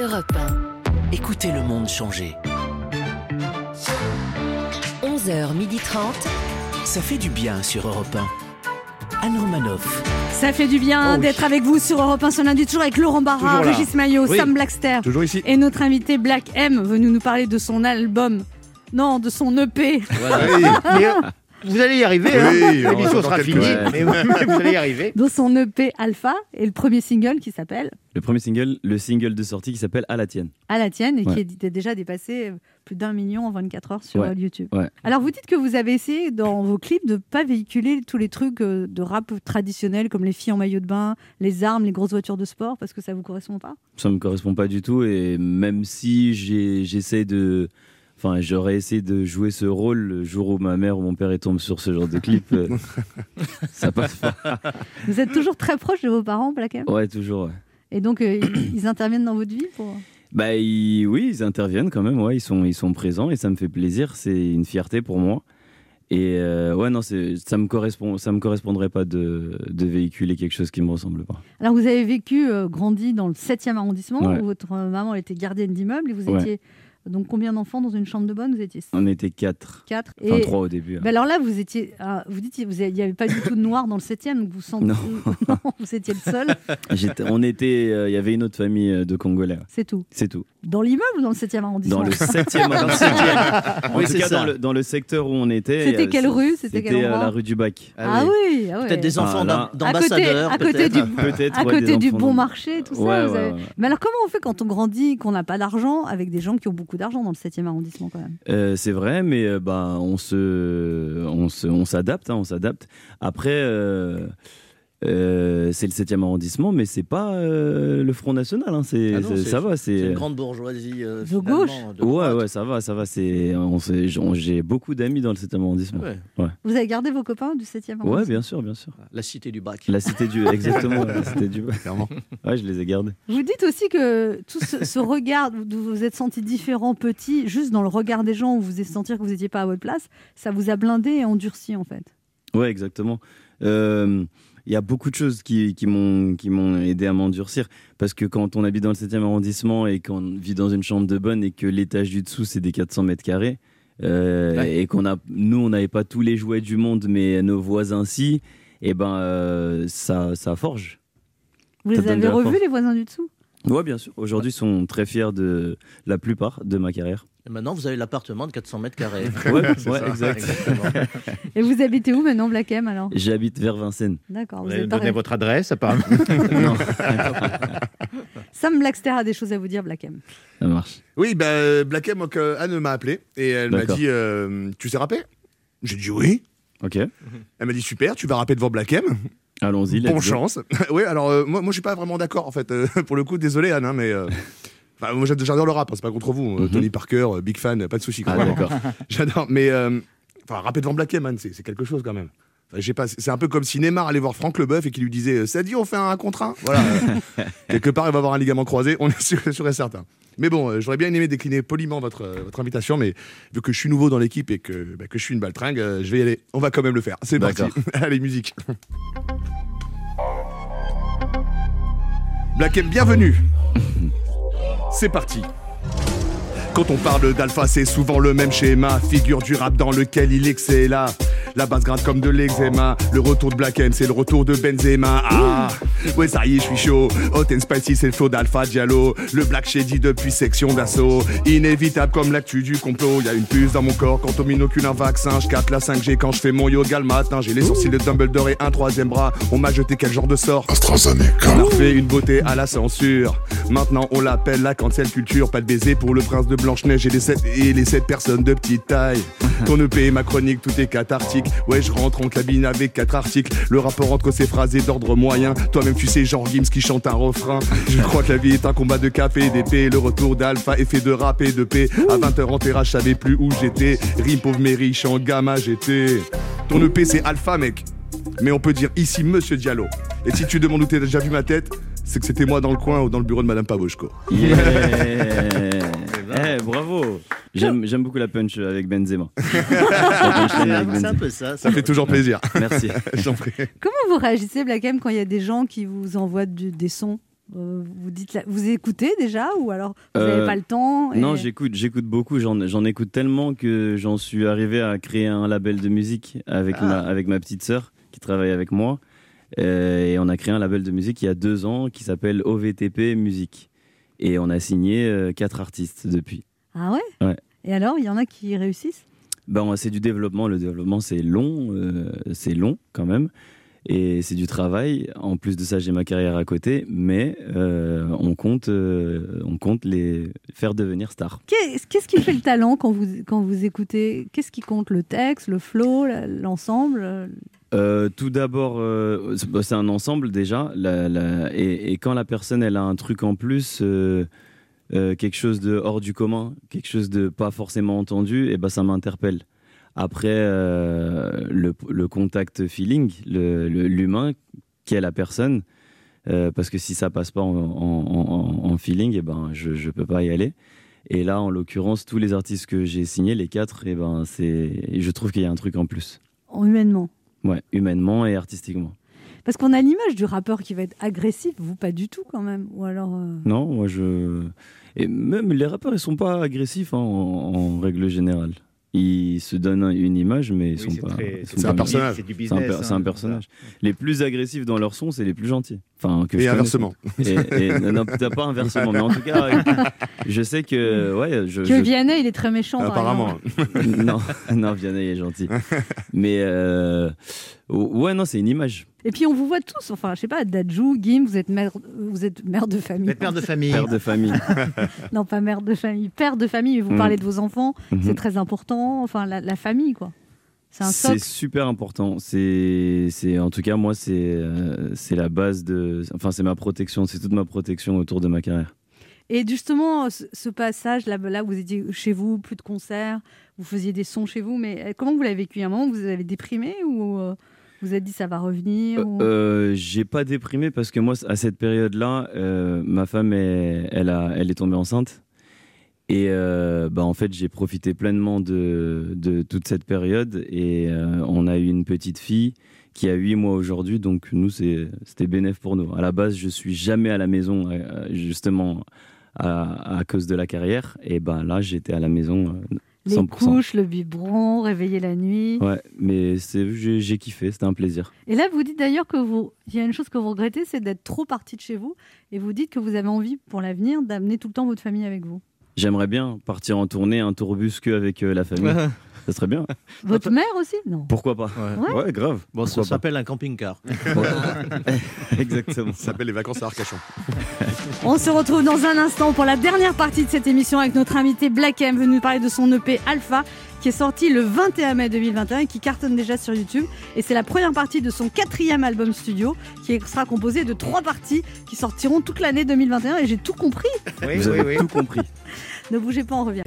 S2: Europe 1. Écoutez le monde changer.
S15: 11h30.
S2: Ça fait du bien sur Europe 1. Anne Romanoff.
S3: Ça fait du bien
S2: Oh oui.
S3: d'être avec vous sur Europe 1 ce lundi, toujours avec Laurent Barra,
S2: Toujours là.
S3: Régis Maillot,
S2: Oui.
S3: Sam Blackster.
S2: Toujours ici.
S3: Et notre invité Black E M, venu nous parler de son album. Non, de son EP.
S6: euh,
S2: Voilà. Oui.
S4: Vous allez y arriver. hein.
S5: Oui, on
S4: L'émission
S5: attend
S4: sera
S5: quelques-
S4: finie,
S11: Ouais.
S4: mais mais vous allez y arriver.
S3: Dans son EP Alpha et le premier single qui s'appelle
S11: Le premier single, le single de sortie qui s'appelle À la tienne.
S3: À la tienne et
S11: Ouais.
S3: qui est déjà dépassé plus d'un million en 24 heures sur
S11: Ouais.
S3: euh, YouTube.
S11: Ouais.
S3: Alors vous dites que vous avez essayé dans vos clips de pas véhiculer tous les trucs euh, de rap traditionnel comme les filles en maillot de bain, les armes, les grosses voitures de sport parce que ça vous correspond pas.
S11: Ça me correspond pas du tout et même si j'ai- j'essaie de. Enfin, j'aurais essayé de jouer ce rôle le jour où ma mère ou mon père ils tombent sur ce genre de clip. euh, ça passe pas.
S3: Vous êtes toujours très proche de vos parents, Plaquem.
S11: Ouais, toujours. ouais.
S3: Et donc euh, ils ils interviennent dans votre vie pour.
S11: Bah ils- oui, ils interviennent quand même, ouais, ils sont, ils sont présents et ça me fait plaisir, c'est une fierté pour moi. Et euh, ouais, non, c'est- ça me correspond, ça me correspondrait pas de, de véhiculer quelque chose qui me ressemble pas.
S3: Alors vous avez vécu, euh, grandi dans le 7e arrondissement
S11: Ouais.
S3: où votre euh, maman elle était gardienne d'immeuble et vous
S11: Ouais.
S3: étiez donc combien d'enfants dans une chambre de bonne Vous étiez
S11: On était quatre,
S3: 4
S11: enfin trois au début. hein.
S3: Ben alors là, vous étiez, ah, vous dites, vous avez- il n'y avait pas du tout de noir dans le 7e, donc vous sentez,
S11: Non.
S3: Non, vous étiez le seul.
S11: J'étais- on était, euh, il y avait une autre famille euh, de Congolais. ouais.
S3: C'est tout.
S11: C'est tout.
S3: Dans l'immeuble ou dans le 7e arrondissement
S11: Dans le 7e. dans le 7e. en
S6: Oui,
S11: tout
S6: c'est
S11: cas,
S6: ça.
S11: dans le, dans le secteur où on était.
S3: C'était
S11: euh,
S3: quelle rue C'était quel
S11: C'était euh,
S3: endroit
S11: la rue du Bac.
S3: Ah oui, ah oui.
S6: Peut-être des enfants
S11: là-
S6: d'am- d'ambassadeurs.
S3: à côté
S6: peut-être.
S3: du, à
S11: ouais, des
S3: côté du
S11: enfants
S3: bon
S11: dans-
S3: marché, tout
S11: Ouais,
S3: ça. vous
S11: ouais,
S3: avez-
S11: ouais.
S3: Mais alors comment on fait quand on grandit, qu'on n'a pas d'argent, avec des gens qui ont beaucoup d'argent dans le 7e arrondissement quand même
S11: Euh, c'est vrai, mais euh, bah, on se, on se- on s'adapte, hein, on s'adapte. Après, euh, euh, c'est le 7e arrondissement, mais c'est pas euh, le Front National. hein, c'est,
S6: Ah non,
S11: c'est-
S6: c'est-
S11: ça va,
S6: c'est
S11: c'est.
S6: une grande bourgeoisie. euh,
S3: De
S6: finalement,
S3: gauche.
S6: de-
S11: Ouais, ouais, ça va, ça va. C'est, on s'est- j'en- j'ai beaucoup d'amis dans le 7e arrondissement.
S6: Ah Ouais.
S11: ouais.
S3: Vous avez gardé vos copains du 7e arrondissement
S11: Ouais, bien sûr, bien sûr.
S6: La cité du bac.
S11: La cité du, exactement, la cité du. Ouais, je les ai gardés.
S3: Vous dites aussi que tout ce, ce regard d'où vous vous êtes senti différent, petit, juste dans le regard des gens où vous vous êtes senti que vous n'étiez pas à votre place, ça vous a blindé et endurci en fait.
S11: Ouais, exactement. Euh, Il y a beaucoup de choses qui, qui m'ont qui m'ont aidé à m'endurcir. Parce que quand on habite dans le 7e arrondissement et qu'on vit dans une chambre de bonne et que l'étage du dessous, c'est des 400 mètres carrés, euh, et qu'on a, nous, on n'avait pas tous les jouets du monde, mais nos voisins, si, et ben, euh, ça, ça forge.
S3: Vous
S11: Ça
S3: les
S11: donne de
S3: avez
S11: la
S3: revus
S11: force.
S3: les voisins du dessous
S11: Ouais, bien sûr. Aujourd'hui, ils sont très fiers de la plupart de ma carrière.
S6: Et maintenant, vous avez l'appartement de 400 mètres carrés.
S11: Ouais,
S6: C'est
S11: ouais,
S6: ça.
S11: exact.
S3: Et vous habitez où maintenant, Black M alors
S11: J'habite vers Vincennes.
S3: D'accord, vous Vous avez êtes pas- donné votre
S11: adresse, apparemment. non.
S3: Sam Blackster a des choses à vous dire, Black M.
S11: Ça marche.
S5: Oui, bah, Black M, donc, euh, Anne m'a appelé et elle m'a
S11: D'accord.
S5: dit euh, Tu sais rapper J'ai dit oui.
S11: Ok.
S5: Elle m'a dit Super, tu vas rapper devant Black M.
S11: Allons-y. let's
S5: Bonne
S11: go.
S5: chance. oui, alors euh, moi, moi je suis pas vraiment d'accord en fait. Euh, pour le coup, désolé Anne, hein, mais. euh, enfin, moi j'ad- j'adore le rap, hein, c'est pas contre vous. euh, Tony Parker, euh, big fan, pas de soucis. quoi.
S11: Mhm. Ah, d'accord.
S5: j'adore. Mais. euh, Enfin, rapper devant Black M, Anne, c'est c'est quelque chose quand même. Enfin, je sais pas, c'est c'est un peu comme si Neymar allait voir Franck Leboeuf et qu'il lui disait Ça dit, on fait un contre un Voilà. euh, quelque part, il va avoir un ligament croisé, on est sûr, sûr et certain. Mais bon, euh, j'aurais bien aimé décliner poliment votre, euh, votre invitation, mais vu que je suis nouveau dans l'équipe et que, bah, que je suis une baltringue, euh, je vais y aller. On va quand même le faire. C'est parti.
S11: D'accord.
S5: Allez, musique. Black M, bienvenue. C'est parti. Quand on parle d'alpha, c'est souvent le même schéma, figure du rap dans lequel il excella. La base gratte comme de l'eczéma, le retour de Black M, c'est le retour de Benzema. Ah, ouais, ça y est, je suis chaud. Hot and spicy, c'est le flow d'Alpha Diallo. Le Black Shady depuis section d'assaut. Inévitable comme l'actu du complot. Y a une puce dans mon corps quand on m'inocule un vaccin. hein, Je capte la 5G quand je fais mon yoga le matin. J'ai les sourcils de Dumbledore et un troisième bras. On m'a jeté quel genre de sort AstraZeneca. On a refait une beauté à la censure. Maintenant, on l'appelle la cancel culture. Pas de baiser pour le prince de Blanche-Neige et les sept, et les sept personnes de petite taille. Ton EP et ma chronique, tout est cathartique. Ouais, je rentre en cabine avec quatre articles. Le rapport entre ces phrases est d'ordre moyen. Toi-même, tu sais, genre Gims qui chante un refrain. Je crois que la vie est un combat de café et d'épée. Le retour d'alpha, effet de rap et de paix. À 20h en terrasse, je savais plus où j'étais. Rime pauvre mais riche, en gamma j'étais. Ton EP, c'est alpha, mec. Mais on peut dire ici Monsieur Diallo. Et si tu demandes où t'as déjà vu ma tête, c'est que c'était moi dans le coin ou dans le bureau de Madame Pavoshko.
S11: Yeah. Eh, bravo. J'aime j'aime beaucoup la punch avec Benzema. La punchline avec
S6: C'est un
S11: Benzema.
S6: peu ça.
S5: Ça fait toujours plaisir.
S11: Merci.
S5: J'en prie.
S3: Comment vous réagissez, Black M, quand il y a des gens qui vous envoient du- des sons Euh, vous, dites la- vous écoutez déjà ou alors vous n'avez
S11: Euh,
S3: pas le temps et-
S11: Non, j'écoute, j'écoute beaucoup. J'en j'en écoute tellement que j'en suis arrivé à créer un label de musique avec ma avec ma petite sœur qui travaille avec moi. Euh, et on a créé un label de musique il y a deux ans qui s'appelle OVTP Musique. Et on a signé euh, quatre artistes depuis.
S3: Ah ouais
S11: Ouais.
S3: Et alors, il y en a qui réussissent
S11: ben, on- c'est du développement. Le développement, c'est long, euh, c'est long quand même. Et c'est du travail. En plus de ça, j'ai ma carrière à côté, mais euh, on compte, euh, on compte les faire devenir stars.
S3: Qu'est- Qu'est-ce qui fait le talent quand vous, quand vous écoutez Qu'est-ce qui compte Le texte, le flow, la- l'ensemble euh,
S11: Euh, tout d'abord, euh, c'est- bah, c'est un ensemble déjà. La- la- et, et quand la personne elle a un truc en plus, euh, euh, quelque chose de hors du commun, quelque chose de pas forcément entendu, et ben ça m'interpelle. Après, euh, le, le contact feeling, le- le- l'humain, qui est la personne, euh, parce que si ça passe pas en, en- en- en- en feeling, et ben je, je peux pas y aller. Et là, en l'occurrence, tous les artistes que j'ai signés, les quatre, et ben c'est, je trouve qu'il y a un truc en plus.
S3: en humainement
S11: Ouais, humainement et artistiquement.
S3: Parce qu'on a l'image du rappeur qui va être agressif, vous pas du tout quand même. Ou alors. euh,
S11: Non, moi je. Et même les rappeurs, ils sont pas agressifs hein, en, en règle générale. Ils se donnent un- une image, mais ils sont pas.
S13: très-
S11: ils sont
S13: c'est
S11: pas
S13: un
S11: mis-
S13: personnage. C'est du
S11: C'est un per-
S13: business, hein,
S11: c'est un,
S13: c'est
S11: personnage. Les plus agressifs dans leur son, c'est les plus gentils. Enfin, que
S5: Et
S11: je connaisse.
S5: inversement.
S11: Et, et- non, non, peut-être pas inversement, mais en tout cas, euh, je sais que. Ouais, je,
S3: Que
S11: Euh, je-
S3: Vianney, il est très méchant. par exemple.
S11: non, non, Vianney est gentil. Mais euh, ouais, non, c'est une image.
S3: Et puis on vous voit tous, enfin, je sais pas, Dadju, Guim, vous êtes mère, vous êtes mère de famille.
S11: Père de famille.
S3: Non, pas mère de famille, père de famille, mais vous
S11: Mm.
S3: parlez de vos enfants,
S11: Mhm.
S3: c'est très important, enfin, la, la famille, quoi. C'est un
S11: C'est
S3: socle.
S11: super important. C'est, c'est, en tout cas, moi, c'est, euh, c'est la base de. Enfin, c'est ma protection. C'est toute ma protection autour de ma carrière.
S3: Et justement, ce, ce passage, là, là, vous étiez chez vous, plus de concerts, vous faisiez des sons chez vous, mais euh, comment vous l'avez vécu À un moment, vous avez déprimé ou euh, vous avez dit ça va revenir ou-
S11: Euh, j'ai pas déprimé parce que moi, à cette période-là, euh, ma femme, est, elle, a, elle est tombée enceinte. Et euh, bah, en fait, j'ai profité pleinement de, de toute cette période. Et euh, on a eu une petite fille qui a 8 mois aujourd'hui. Donc, nous, c'est, c'était bénéf pour nous. À la base, je suis jamais à la maison, euh, justement, à, à cause de la carrière. Et ben là, j'étais à la maison euh,
S3: Les
S11: 100%.
S3: couches, le biberon, réveiller la nuit.
S11: Ouais, mais c'est, j'ai, j'ai kiffé. C'était un plaisir.
S3: Et là, vous dites d'ailleurs que vous, il y a une chose que vous regrettez, c'est d'être trop parti de chez vous. Et vous dites que vous avez envie, pour l'avenir, d'amener tout le temps votre famille avec vous.
S11: J'aimerais bien partir en tournée, un tourbus que avec euh, la famille. ça serait bien.
S3: Votre mère aussi Non.
S11: Pourquoi pas
S3: Ouais.
S11: Ouais, grave.
S6: Bon, ça
S11: Pourquoi pas.
S6: s'appelle un camping-car.
S11: Exactement.
S5: Ça s'appelle les vacances à Arcachon.
S3: On se retrouve dans un instant pour la dernière partie de cette émission avec notre invité Black M, venu nous parler de son EP Alpha, qui est sorti le 21 mai 2021 et qui cartonne déjà sur YouTube. Et c'est la première partie de son quatrième album studio, qui sera composé de trois parties qui sortiront toute l'année 2021. Et j'ai tout compris.
S11: Vous avez tout compris.
S3: Ne bougez pas, on revient.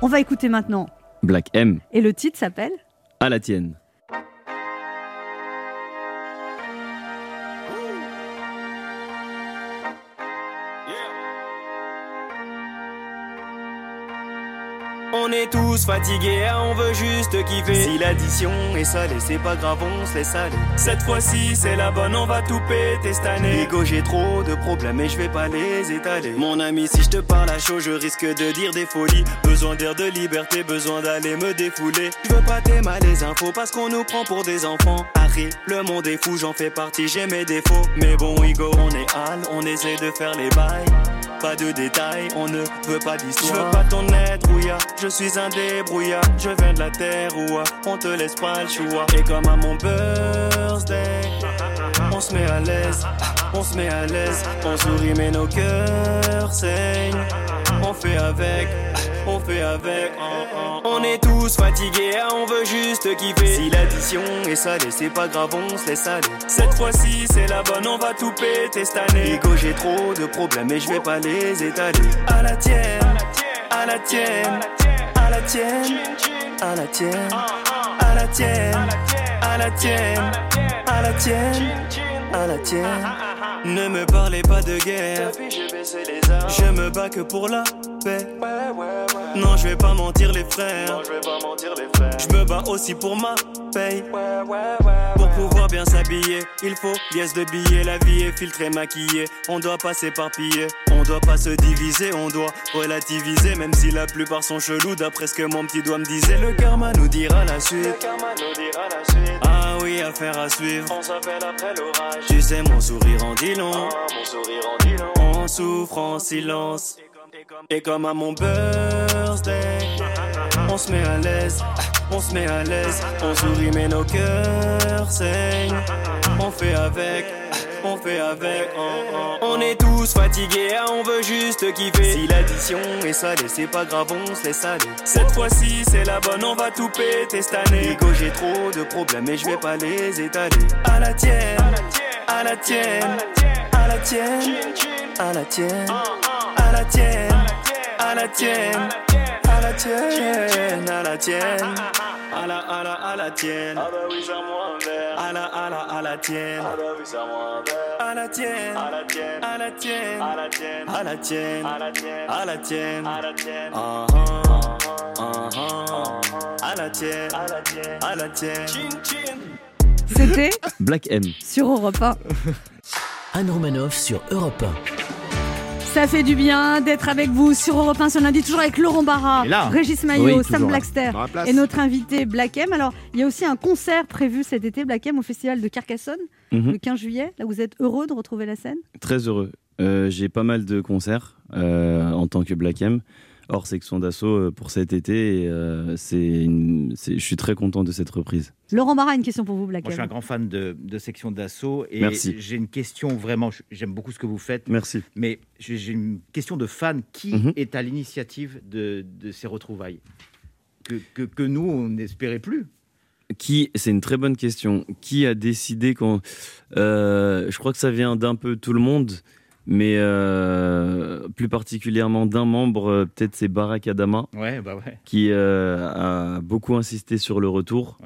S3: On va écouter maintenant.
S11: Black M,
S3: Et le titre s'appelle
S11: à la tienne.
S16: On est tous fatigués, hein, on veut juste kiffer. Si l'addition est salée, c'est pas grave, on se laisse aller. Cette fois-ci, c'est la bonne, on va tout péter cette année. Digo, j'ai trop de problèmes et je vais pas les étaler. Mon ami, si je te parle à chaud, je risque de dire des folies. Besoin d'air de liberté, besoin d'aller me défouler. Je veux pas t'aimer à les infos parce qu'on nous prend pour des enfants. Harry, le monde est fou, j'en fais partie, j'ai mes défauts. Mais bon, Igo, on est hal, on essaie de faire les bails. Pas de détails, on ne veut pas d'histoire. Je veux pas ton aide, rouilla. Je suis un débrouillard. Je viens de la terre, ouah. On te laisse pas le choix. Et comme à mon birthday, on se met à l'aise. On se met à l'aise. On sourit, mais nos cœurs saignent. On fait avec, on fait avec. oh, oh. On est tous fatigués, hein, on veut juste kiffer. Si l'addition est salée, c'est pas grave, on se laisse aller. Cette fois-ci, c'est la bonne, on va tout péter cette année. Nico, j'ai trop de problèmes et je vais pas les étaler. À la tienne, à la tienne, à la tienne, à la tienne, à la tienne, à la tienne, à la tienne, à la tienne. Ne me parlez pas de guerre. Je me bats que pour la paix. Non, je vais pas mentir les frères. Je me bats aussi pour ma paye. Pour pouvoir bien s'habiller, il faut pièces de billets. La vie est filtrée, maquillée. On doit pas s'éparpiller. On doit pas se diviser. On doit relativiser. Même si la plupart sont chelous, d'après ce que mon petit doigt me disait. Le karma nous dira la suite. Ah oui, affaire à suivre. On s'appelle après l'orage. Tu sais, mon Ah, sourire en dit long. mon sourire en dit long. on souffre en silence. Et comme à mon birthday, on se met à l'aise, on se met à l'aise, on sourit mais nos cœurs saignent. On fait avec, on fait avec. oh, oh. On est tous fatigués, ah, on veut juste kiffer. Si l'addition est salée, c'est pas grave, on se laisse aller. Cette fois-ci, c'est la bonne, on va tout péter cette année. Digo, j'ai trop de problèmes et je vais pas les étaler. À la tienne, à la tienne, à la tienne, à la tienne, à la tienne, à la tienne, à la tienne, à la tienne, à la à la à la tienne, à la à la à la tienne, à la tienne, à la tienne, à la tienne, à la tienne, à la tienne, à la tienne, à la tienne, Ah, ah, ah, ah. à la tienne, à la tienne,
S3: C'était
S11: Black M.
S3: sur Europe 1.
S2: Anne Romanoff sur Europe 1.
S3: Ça fait du bien d'être avec vous sur Europe 1 ce lundi, toujours avec Laurent Barra,
S2: Et là.
S3: Régis
S2: Oui,
S3: Maillot,
S2: toujours
S3: Sam
S2: là.
S3: Blackster
S2: Dans la place.
S3: et notre invité Black M. Alors, il y a aussi un concert prévu cet été, Black M, au festival de Carcassonne,
S11: Mhm.
S3: le 15 juillet. Là, vous êtes heureux de retrouver la scène
S11: Très heureux. Euh, J'ai pas mal de concerts euh, en tant que Black M, hors section d'assaut euh, pour cet été. et, euh, c'est une- c'est- Je suis très content de cette reprise.
S3: Laurent Barra, une question pour vous, Black
S4: Moi, je suis un
S3: M.
S4: grand fan de, de section d'assaut et
S11: Merci.
S4: j'ai une question vraiment. je- J'aime beaucoup ce que vous faites.
S11: Merci.
S4: Mais j'ai j'ai une question de fan. Qui
S11: Mhm.
S4: est à l'initiative de, de ces retrouvailles que, que- que nous, on n'espérait plus.
S11: Qui, c'est une très bonne question. Qui a décidé quand euh, Je crois que ça vient d'un peu tout le monde, mais euh, plus particulièrement d'un membre, euh, peut-être c'est Barak Adama,
S4: Ouais, bah ouais.
S11: qui euh, a beaucoup insisté sur le retour.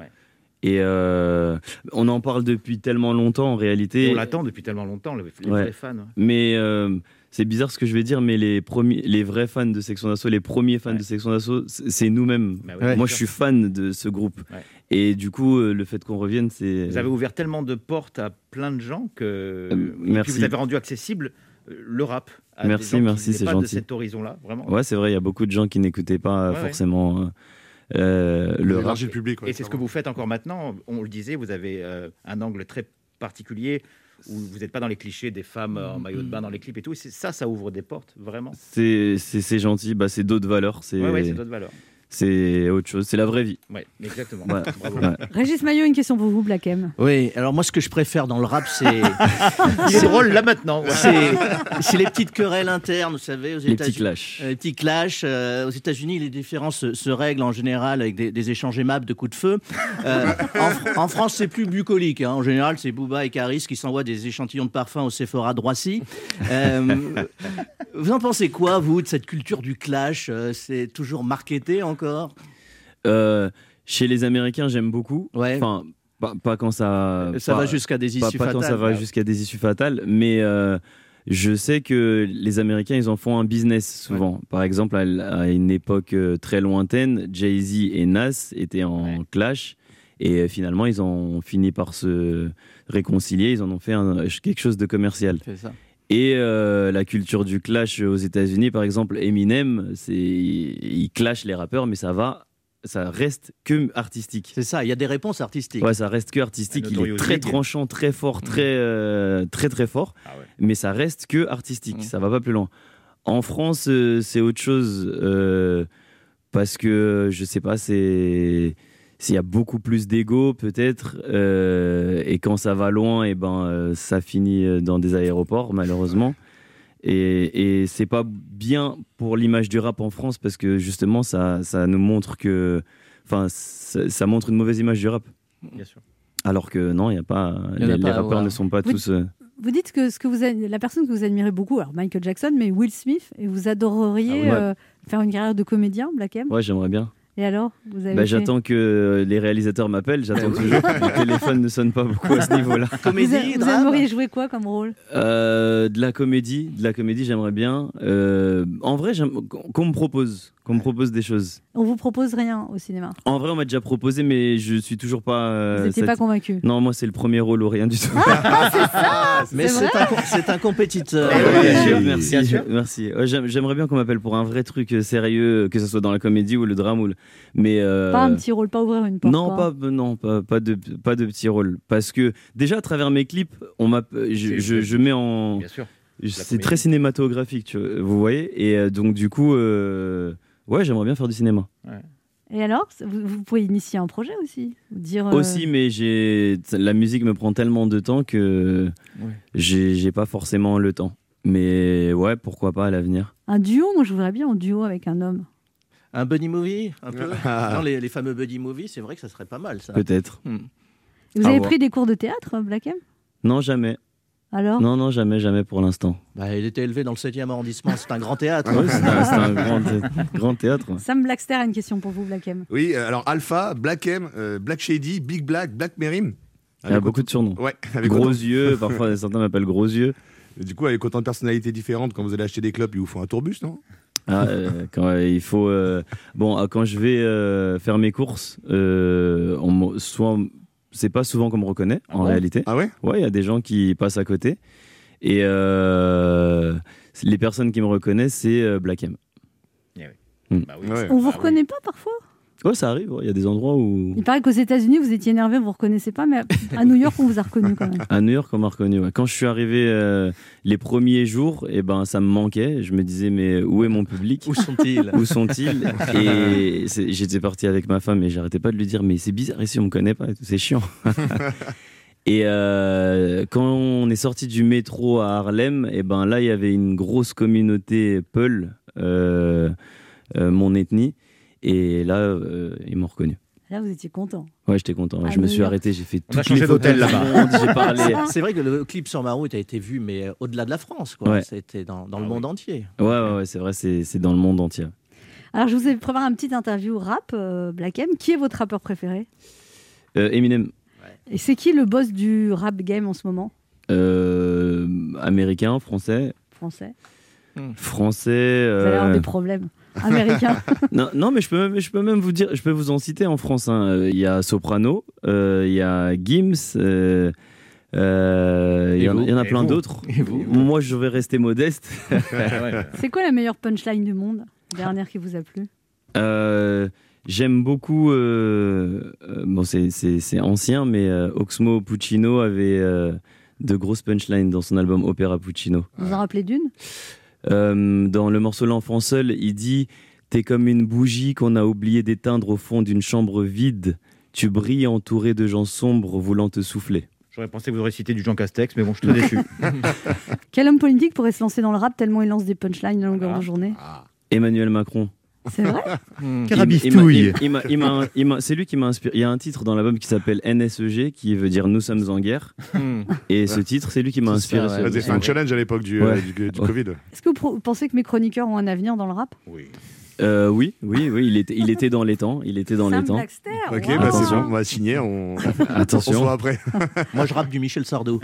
S11: Et euh, on en parle depuis tellement longtemps en réalité.
S4: on l'attend depuis tellement longtemps, les, les
S11: Ouais.
S4: vrais fans. hein. ouais.
S11: Mais euh, c'est bizarre ce que je vais dire, mais les, premiers, les vrais fans de Section d'Assaut, les premiers fans de Section d'Assaut, c'est c'est nous-mêmes.
S4: Bah oui, bien sûr.
S11: Moi, je suis fan de ce groupe.
S4: Ouais.
S11: Et du coup, euh, le fait qu'on revienne, c'est.
S4: Vous avez ouvert tellement de portes à plein de gens que.
S11: Euh,
S4: et puis
S11: merci.
S4: vous avez rendu accessible euh, le rap. à des
S11: Merci,
S4: gens qui
S11: merci,
S4: n'étaient
S11: c'est
S4: pas de
S11: gentil.
S4: cet horizon-là, vraiment.
S11: Ouais, c'est vrai, il y a beaucoup de gens qui n'écoutaient pas
S4: Ouais, ouais.
S11: forcément euh, euh, le rap.
S4: Et c'est ce que vous faites encore maintenant. On le disait, vous avez euh, un angle très particulier où vous n'êtes pas dans les clichés des femmes euh, en maillot de bain dans les clips et tout. Et c'est- ça, ça ouvre des portes, vraiment.
S11: C'est- C'est c'est gentil, bah, c'est d'autres valeurs. C'est
S4: Ouais, ouais, c'est d'autres valeurs.
S11: c'est autre chose, c'est la vraie vie.
S4: Ouais, exactement.
S11: Voilà.
S4: Bravo.
S11: Ouais.
S3: Régis Maillot, une question pour vous, Black M.
S6: Oui, alors moi ce que je préfère dans le rap, c'est.
S4: Il est drôle là maintenant.
S6: C'est c'est les petites querelles internes, vous savez, aux
S11: Les
S6: États-Unis.
S11: petits clashs.
S6: Euh, Les petits clashs. euh, aux États-Unis, les différences se, se règlent en général avec des, des échanges aimables de coups de feu. Euh, en, Fr- en France, c'est plus bucolique. hein. En général, c'est Booba et Caris qui s'envoient des échantillons de parfum au Sephora de Roissy. Euh, vous en pensez quoi, vous, de cette culture du clash Euh, C'est toujours marketé encore
S11: Euh, chez les Américains, j'aime beaucoup. Enfin, pas, pas quand ça.
S6: Euh, Ça
S11: pas-
S6: va jusqu'à des
S11: pas-
S6: issues
S11: Pas quand ça
S6: fatales,
S11: va
S6: là.
S11: jusqu'à des issues fatales, mais. euh, je sais que les Américains, ils en font un business souvent. Par exemple, à, l- à une époque euh, très lointaine, Jay-Z et Nas étaient en clash. Et euh, finalement, ils ont fini par se réconcilier. Ils en ont fait un- quelque chose de commercial.
S6: C'est ça.
S11: Et euh, la culture du clash aux États-Unis, par exemple, Eminem, c'est il il clash les rappeurs, mais ça va, ça reste que artistique.
S6: C'est ça. Il y a des réponses artistiques.
S11: Ouais, ça reste que artistique. Il est
S6: Notorious
S11: très
S6: Big.
S11: tranchant, très fort, très euh, très très fort, mais ça reste que artistique. Ça va pas plus loin. En France, euh, c'est autre chose euh, parce que euh, je sais pas, c'est s'il y a beaucoup plus d'ego peut-être euh, et quand ça va loin et ben euh, ça finit euh, dans des aéroports malheureusement et, et c'est pas bien pour l'image du rap en France parce que justement ça, ça nous montre que enfin ça, ça montre une mauvaise image du rap
S4: Bien sûr.
S11: alors que non il y a pas
S6: Il y en
S11: les,
S6: a
S11: les
S6: pas,
S11: rappeurs
S6: voilà.
S11: ne sont pas
S3: Oui.
S11: tous euh,
S3: Vous dites que, ce que vous ad- la personne que vous admirez beaucoup, alors Michael Jackson, mais Will Smith, et vous adoreriez
S11: Ah ouais.
S3: euh, faire une carrière de comédien, Black M.
S11: ouais j'aimerais bien
S3: Et alors vous avez
S11: Bah,
S3: fait-
S11: j'attends que les réalisateurs m'appellent j'attends
S6: Bah
S11: toujours le téléphone ne sonne pas beaucoup à ce niveau là
S3: Vous, a- vous aimeriez jouer quoi comme rôle
S11: Euh, de la comédie, de la comédie, j'aimerais bien. Euh, en vrai, j'aime- qu'on qu'on me propose, qu'on me propose des choses.
S3: On vous propose rien au cinéma.
S11: En vrai, on m'a déjà proposé, mais je suis toujours pas. euh,
S3: Vous n'étiez
S11: sat-
S3: pas convaincu. Ah,
S11: Non, moi, c'est le premier rôle ou rien du tout.
S6: Mais
S3: C'est
S6: c'est un, com- c'est un compétiteur.
S11: merci, merci. Ouais, j'aime- J'aimerais bien qu'on m'appelle pour un vrai truc euh, sérieux, que ce soit dans la comédie ou le drame ou le. Mais euh,
S3: Pas un petit rôle, pas ouvrir une porte.
S11: non,
S3: quoi.
S11: pas, euh, non, pas, pas de, euh, pas de petits rôles. Parce que déjà, à travers mes clips, on m'a, je, je, je mets en, C'est très cinématographique, tu vois, vous voyez. Et euh, donc, du coup, euh, ouais, j'aimerais bien faire du cinéma.
S3: Et alors, c- vous, vous pouvez initier un projet aussi dire, euh,
S11: Aussi, mais j'ai la musique me prend tellement de temps que
S3: Ouais.
S11: j'ai j'ai pas forcément le temps. Mais ouais, pourquoi pas à l'avenir.
S3: Un duo, moi je voudrais bien en duo avec un homme.
S6: Un buddy movie, un peu.
S11: Ah.
S6: Non, les, les fameux buddy movies, c'est vrai que ça serait pas mal, ça. Hmm.
S11: Peut-être.
S3: Vous
S11: À
S3: avez
S11: voir.
S3: pris des cours de théâtre, Black M
S11: Non, jamais.
S3: Alors
S11: Non, non, jamais, jamais pour l'instant.
S6: Bah, il était élevé dans le 7e arrondissement, c'est un grand théâtre.
S11: Ouais, c'est un, c'est un grand, grand théâtre. ouais.
S3: Sam Blackster a une question pour vous, Black M.
S5: Oui, euh, alors Alpha, Black M, euh, Black Shady, Big Black, Black Merim.
S11: Il y a beaucoup de surnoms.
S5: Ouais,
S11: Gros yeux, parfois, certains m'appellent gros yeux.
S5: Du coup, avec autant de personnalités différentes, quand vous allez acheter des clubs, ils vous font un tourbus, non
S11: Ah, euh, quand euh, il faut. euh, bon, euh, quand je vais euh, faire mes courses, euh, on me- soit c'est pas souvent qu'on me reconnaît en
S5: bon
S11: réalité.
S5: Ah ouais.
S11: Ouais, il y a des gens qui passent à côté et euh, les personnes qui me reconnaissent c'est euh, Black M. Hmm.
S3: On vous reconnaît pas parfois
S11: Ouais, ça arrive. ouais, Il y a des endroits où
S3: Il paraît qu'aux États-Unis, vous étiez énervé, vous reconnaissez pas, mais à New York, on vous a reconnu quand même.
S11: À New York, on m'a reconnu. ouais. Quand je suis arrivé euh, les premiers jours, et ben, ça me manquait. Je me disais, mais où est mon public Où
S6: sont-ils
S11: Où sont-ils Et c'est- j'étais parti avec ma femme et j'arrêtais pas de lui dire, mais c'est bizarre ici, on me connaît pas, et tout, c'est chiant. et euh, quand on est sorti du métro à Harlem, et ben là, il y avait une grosse communauté Peul, euh, euh, mon ethnie, et là, euh, ils m'ont reconnu.
S3: Là, vous étiez content.
S11: Ouais, j'étais content.
S3: À
S11: je me
S3: New
S11: suis
S3: York.
S11: arrêté, j'ai fait
S3: On a
S11: toutes les photos du monde, J'ai parlé.
S6: C'est- C'est vrai que le clip sur ma route a été vu, mais euh, au-delà de la France, quoi.
S11: Ouais.
S6: C'était dans, dans le monde entier.
S11: Ouais, ouais, ouais, c'est vrai, c'est c'est dans le monde entier.
S3: Alors, je vous ai préparé un petit interview rap, euh, Black M. Qui est votre rappeur préféré
S11: Euh, Eminem,
S3: Et c'est qui le boss du rap game en ce moment
S11: euh, américain, français,
S3: Français
S11: français.
S3: Vous allez avoir
S11: euh,
S3: des problèmes. Américain.
S11: non, non, mais je peux, même, je peux même vous dire, je peux vous en citer en France. hein. Euh, Il y a Soprano, euh, il y a Gims, euh, euh, il y, en-
S6: vous
S11: il y en a
S6: Et
S11: plein
S6: vous
S11: d'autres. Moi, je vais rester modeste.
S3: c'est quoi la meilleure punchline du monde Dernière qui vous a plu
S11: Euh, J'aime beaucoup, euh, euh, bon c'est- c'est c'est ancien, mais euh, Oxmo Puccino avait euh, de grosses punchlines dans son album Opéra Puccino.
S3: Vous en rappelez d'une
S11: Euh, dans le morceau L'enfant seul, il dit T'es comme une bougie qu'on a oublié d'éteindre au fond d'une chambre vide. Tu brilles entouré de gens sombres voulant te souffler.
S13: J'aurais pensé que vous auriez cité du Jean Castex, mais bon, je suis très déçu.
S3: Quel homme politique pourrait se lancer dans le rap tellement il lance des punchlines à longueur de journée
S11: Emmanuel Macron.
S3: C'est vrai
S11: Il-
S1: Carabistouille.
S11: il m'a- il m'a- il m'a- C'est lui qui m'a inspiré. Il y a un titre dans l'album qui s'appelle NSEG, qui veut dire Nous sommes en guerre. Et ce titre, Hmm. c'est lui qui m'a
S5: C'est
S11: inspiré.
S5: ça,
S11: ce-
S5: ouais. C'était
S11: ce-
S5: un challenge à l'époque du, euh, du- du Covid.
S3: Est-ce que vous pro- pensez que mes chroniqueurs ont un avenir dans le rap
S11: Euh, oui, oui, oui, il était, il était dans les temps. Il était dans
S3: Sam
S11: les temps.
S3: Blackster,
S5: Ok, bah c'est bon, on va signer. On...
S11: Attention.
S5: on se voit après.
S6: Moi, je rappe du Michel Sardou.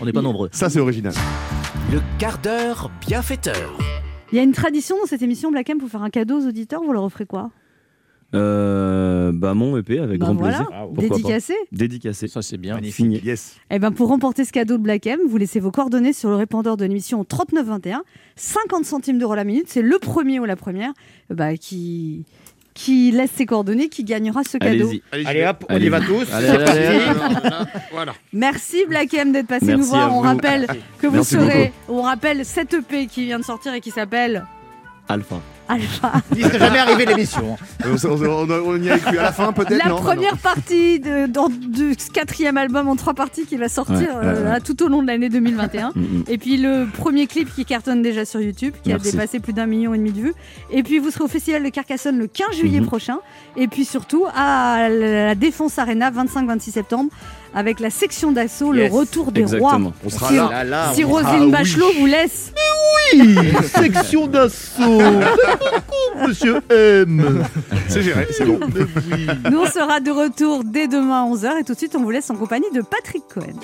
S6: on n'est pas nombreux.
S5: Ça, c'est original.
S2: Le quart d'heure bienfaiteur.
S3: Il y a une tradition dans cette émission, Black M, pour faire un cadeau aux auditeurs, vous leur offrez quoi
S11: Euh, bah, mon EP avec
S3: Bah
S11: grand
S3: voilà,
S11: plaisir.
S3: Bravo.
S11: Pourquoi pas.
S3: dédicacé.
S11: Dédicacé. Ça c'est bien. Fini.
S5: Yes.
S3: Eh ben pour remporter ce cadeau de Black M, vous laissez vos coordonnées sur le répondeur de l'émission au 3921, 50 centimes d'euros la minute, c'est le premier ou la première euh, bah, qui qui laisse ses coordonnées, qui gagnera ce cadeau.
S13: Allez-y. Allez, hop, on y va tous.
S11: Allez, allez, allez.
S3: Merci Black M d'être passé
S11: Merci
S3: nous voir.
S11: à
S3: On
S11: vous.
S3: rappelle
S11: Merci.
S3: que vous
S11: Merci
S3: serez, on rappelle cette EP E qui vient de sortir et qui s'appelle
S11: Alpha.
S3: Alpha.
S13: Il serait jamais arrivé l'émission.
S5: on, s- on s- on- on y a cru à la fin, peut-être
S3: La
S5: non
S3: première partie de, dans- du quatrième album en trois parties qui va sortir
S5: Ouais, ouais,
S3: euh,
S5: ouais.
S3: là, tout au long de l'année 2021.
S5: Mm, mm.
S3: et puis le premier clip qui cartonne déjà sur YouTube, qui
S11: Merci.
S3: a dépassé plus d'un million et demi de vues. Et puis vous serez au Festival de Carcassonne le 15 juillet
S11: Mhm.
S3: prochain. Et puis surtout à la Défense Arena 25-26 septembre avec la section d'assaut,
S11: Yes.
S3: le retour des
S11: Exactement.
S3: rois.
S11: On sera
S3: si,
S11: là. Là, là,
S3: si
S11: on sera-
S3: Roselyne
S11: oui.
S3: Bachelot vous laisse.
S12: Oui, section d'assaut. Monsieur M.
S5: C'est géré, c'est bon.
S3: Nous, on sera de retour dès demain à 11h. Et tout de suite, on vous laisse en compagnie de Patrick Cohen.